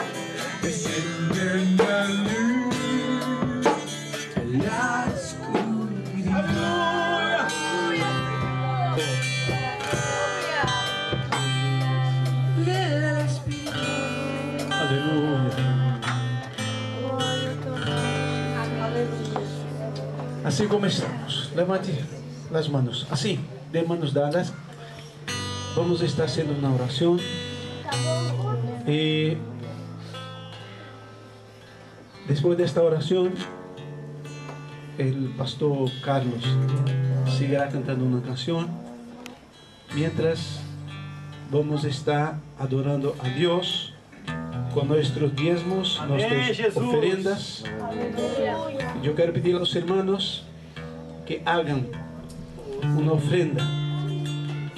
B: Enciende la luz, la oscuridad.
A: Así comenzamos. Levante las manos. Así, de manos dadas. Vamos a estar haciendo una oración. Y después de esta oración, el pastor Carlos seguirá cantando una canción. Mientras vamos a estar adorando a Dios con nuestros diezmos, nuestras ofrendas. Yo quiero pedir a los hermanos que hagan una ofrenda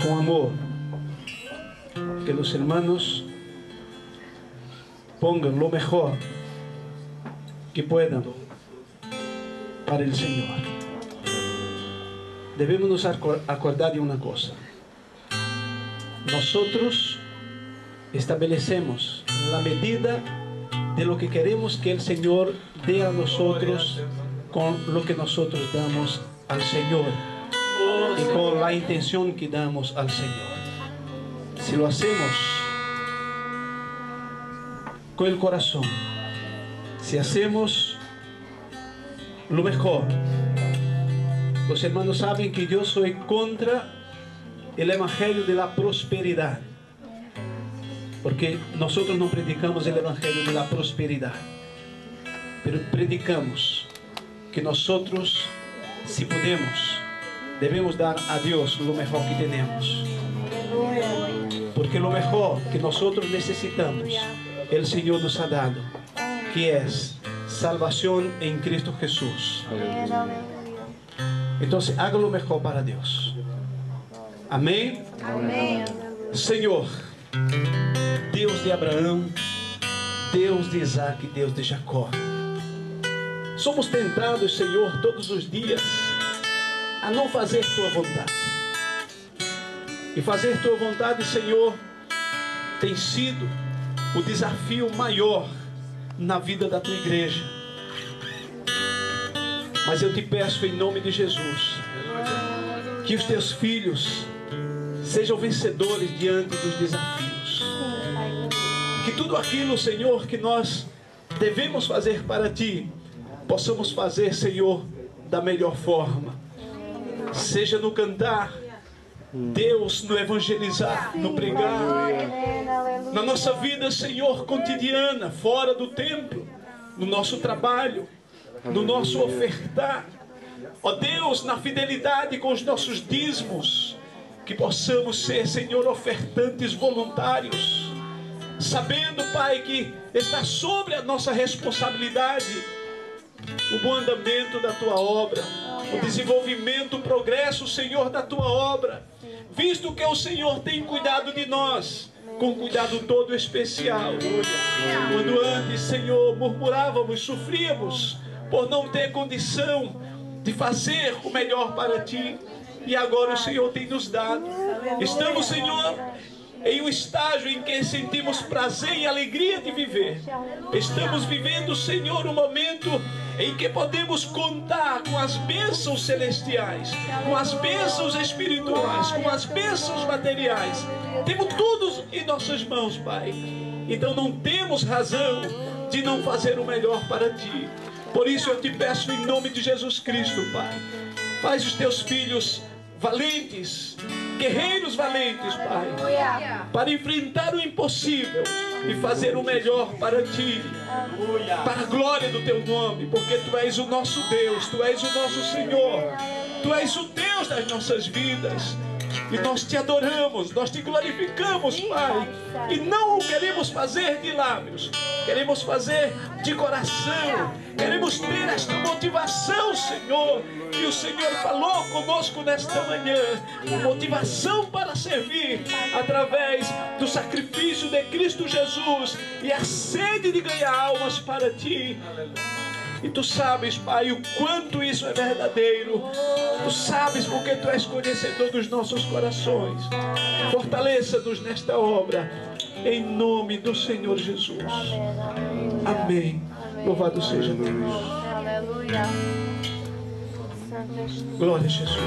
A: con amor. Que los hermanos pongan lo mejor que puedan para el Señor. Debemos nos acor- acordar de una cosa. Nosotros establecemos la medida de lo que queremos que el Señor dé a nosotros con lo que nosotros damos al Señor y con la intención que damos al Señor. Si lo hacemos con el corazón, si hacemos lo mejor, los hermanos saben que yo soy contra el Evangelio de la prosperidad. Porque nosotros no predicamos el Evangelio de la prosperidad, pero predicamos que nosotros, si podemos, debemos dar a Dios lo mejor que tenemos. Porque lo mejor que nosotros necesitamos, el Señor nos ha dado, que es salvación en Cristo Jesús. Entonces, haga lo mejor para Dios. Amén. Senhor, Deus de Abraão, Deus de Isaac e Deus de Jacó. Somos tentados, Senhor, todos os dias a não fazer tua vontade. E fazer tua vontade, Senhor, tem sido o desafio maior na vida da tua igreja. Mas eu te peço em nome de Jesus que os teus filhos sejam vencedores diante dos desafios. Que tudo aquilo, Senhor, que nós devemos fazer para ti, possamos fazer, Senhor, da melhor forma. Seja no cantar, Deus, no evangelizar, no pregar, na nossa vida, Senhor, cotidiana, fora do templo, no nosso trabalho, no nosso ofertar. Ó Deus, na fidelidade com os nossos dízimos, que possamos ser, Senhor, ofertantes voluntários, sabendo, Pai, que está sobre a nossa responsabilidade o bom andamento da tua obra, o desenvolvimento, o progresso, Senhor, da tua obra, visto que o Senhor tem cuidado de nós. Com cuidado todo especial. Quando antes, Senhor, murmurávamos, sofríamos por não ter condição de fazer o melhor para ti, e agora o Senhor tem nos dado. Estamos, Senhor,
H: em um estágio em que sentimos prazer e alegria de viver. Estamos vivendo, Senhor, um momento em que podemos contar com as bênçãos celestiais, com as bênçãos espirituais, com as bênçãos materiais. Temos tudo em nossas mãos, Pai. Então não temos razão de não fazer o melhor para Ti. Por isso eu te peço em nome de Jesus Cristo, Pai. Faz os teus filhos valentes, guerreiros valentes, Pai para enfrentar o impossível e fazer o melhor para ti, para a glória do teu nome, porque tu és o nosso Deus, tu és o nosso Senhor, tu és o Deus das nossas vidas. E nós te adoramos, nós te glorificamos, Pai. E não o queremos fazer de lábios, queremos fazer de coração. Queremos ter esta motivação, Senhor, que o Senhor falou conosco nesta manhã. Motivação para servir através do sacrifício de Cristo Jesus e a sede de ganhar almas para ti. E tu sabes, Pai, o quanto isso é verdadeiro. Tu sabes porque tu és conhecedor dos nossos corações. Fortaleça-nos nesta obra, em nome do Senhor Jesus. Amém. Louvado seja Deus.
E: Aleluia. Santo és tu.
H: Glória a Jesus.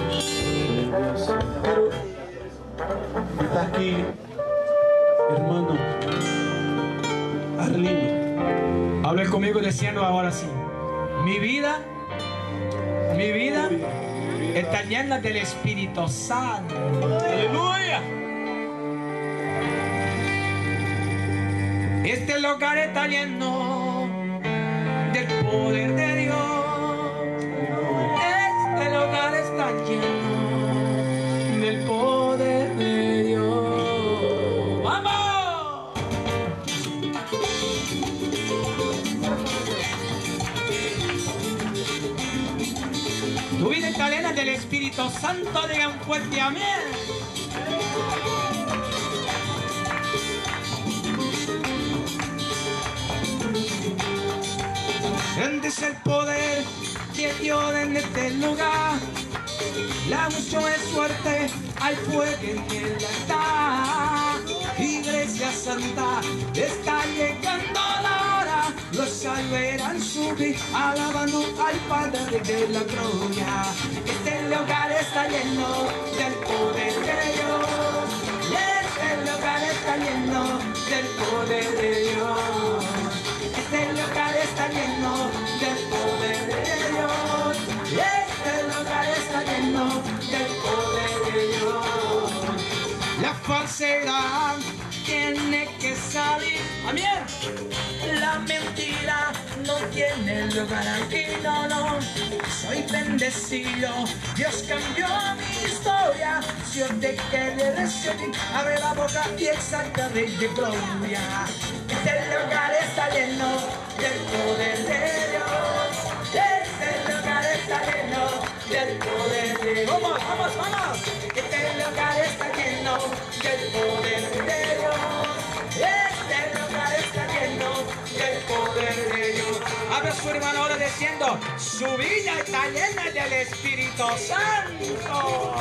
H: Quero estar aqui,
I: Hermano Arlindo,
F: Hable conmigo diciendo ahora sí. Mi vida, mi vida está llena del Espíritu Santo. Aleluya. Este lugar está lleno del poder de Dios. Este lugar está lleno del poder de Dios. ¡Vamos! Tu vida está llena del Espíritu Santo, digan fuerte amén. Grande es el poder que Dios en este lugar. La unción es fuerte, hay fuego en el altar. Iglesia Santa, está llegando la hora. Los salverán subir, alabando al Padre de la gloria. Este lugar está lleno del poder de Dios. Este lugar está lleno del poder de Dios. Este lugar está lleno del poder de Dios. Este lugar está lleno del poder de Dios. La falsedad tiene que salir. Amén. La mentira no tiene lugar aquí, no, no. Soy bendecido. Dios cambió mi historia. Si yo te quiere recibir, abre la boca y exalta Rey de gloria. Este lugar está lleno del poder de Dios. Este lugar está lleno del poder de Dios. Vamos, vamos, vamos. Este lugar está lleno del poder de Dios. Este lugar está lleno del poder de Dios. Habla su hermano ahora diciendo, su vida está llena del Espíritu Santo.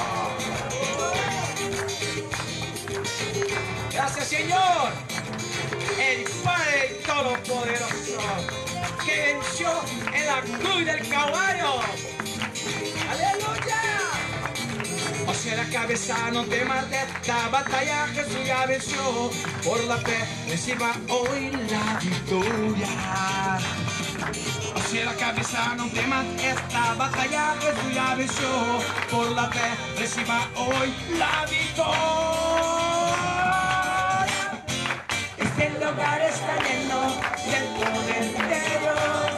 F: Gracias Señor, el Padre Todopoderoso, que venció en la cruz del Calvario. Aleluya. O sea, la cabeza no te mate, la batalla Jesús ya venció. Por la fe reciba hoy la victoria. O sea, la cabeza no temas, esta batalla Jesús ya venció. Por la fe reciba hoy la victoria. Este lugar está lleno del poder de Dios.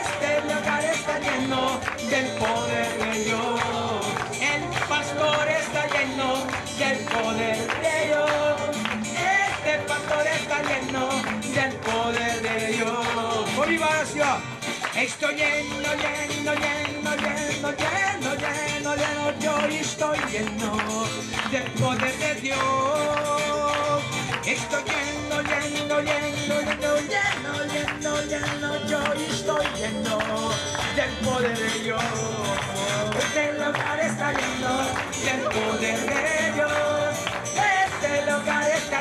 F: Este lugar está lleno del poder de Dios. El pastor está lleno del poder de Dios. Este pastor está lleno del poder de Dios. Olivacio, estoy lleno, lleno, lleno, lleno, lleno, lleno, lleno. Yo estoy lleno del poder de Dios. Estoy lleno, lleno, lleno, lleno, lleno, lleno, lleno, yo estoy lleno del poder de Dios. Este lugar está lleno del poder de Dios. Este lugar está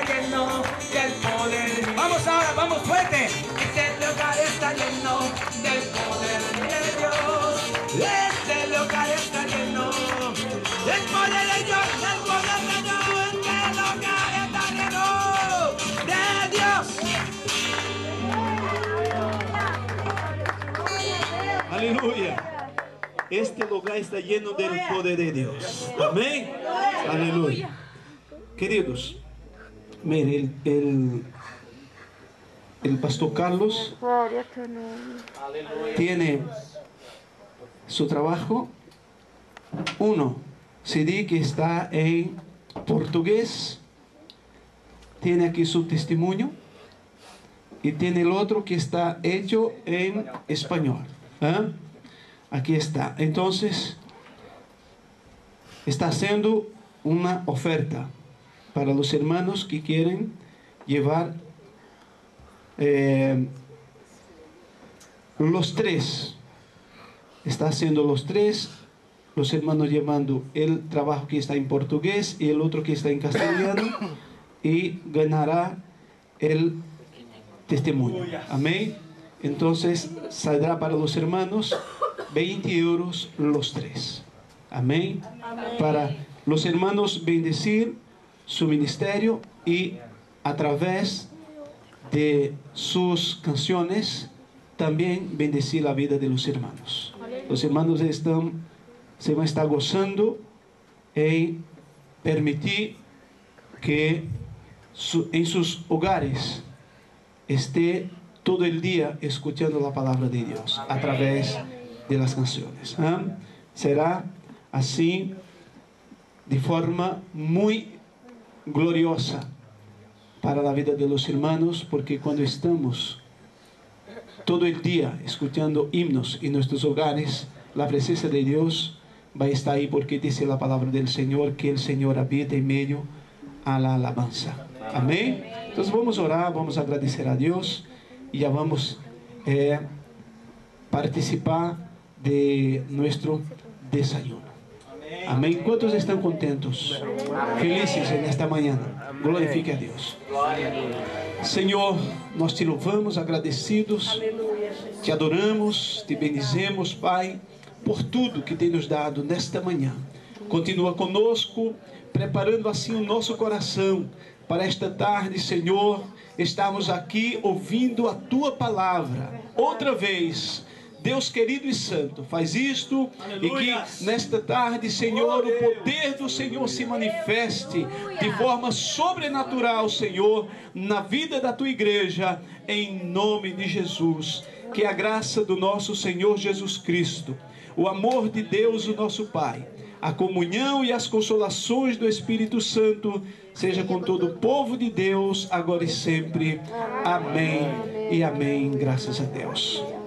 F: vamos fuerte. Este lugar está lleno del poder de Dios. Este lugar está lleno del poder de Dios, del poder de Dios. Este lugar está lleno de Dios.
A: Aleluya. Este lugar está lleno del poder de Dios. Amén. Aleluya. Queridos, mire, el, el, el pastor Carlos tiene su trabajo. Uno, CD que está en portugués. Tiene aquí su testimonio. Y tiene el otro que está hecho en español. ¿eh? Aquí está. Entonces, está haciendo una oferta para los hermanos que quieren llevar eh, los tres. Está haciendo los tres, los hermanos llevando el trabajo que está en portugués y el otro que está en castellano y ganará el testimonio. Amén. Entonces saldrá para los hermanos 20 euros los tres. Amén. Para los hermanos bendecir su ministerio y a través de sus canciones también bendecir la vida de los hermanos. Los hermanos están, se van a estar gozando en permitir que su- en sus hogares esté todo el día escuchando la palabra de Dios a través de las canciones. ¿ah? Será así de forma muy gloriosa para la vida de los hermanos, porque cuando estamos todo el día escuchando himnos en nuestros hogares, la presencia de Dios va a estar ahí porque dice la palabra del Señor que el Señor habita en medio a la alabanza. Amén. Entonces vamos a orar, vamos a agradecer a Dios y ya vamos eh, participar de nuestro desayuno. Amén. ¿Cuántos están contentos? Felices en esta mañana. Glorifique a Dios. Senhor, nós te louvamos, agradecidos, te adoramos, te bendizemos, Pai, por tudo que tem nos dado nesta manhã. Continua conosco, preparando assim o nosso coração para esta tarde, Senhor, estarmos aqui ouvindo a tua palavra outra vez. Deus querido e santo, faz isto e que nesta tarde, Senhor, o poder do Senhor se manifeste de forma sobrenatural, Senhor, na vida da tua igreja, em nome de Jesus. Que a graça do nosso Senhor Jesus Cristo, o amor de Deus, o nosso Pai, a comunhão e as consolações do Espírito Santo seja com todo o povo de Deus, agora e sempre. Amém e amém. Graças a Deus.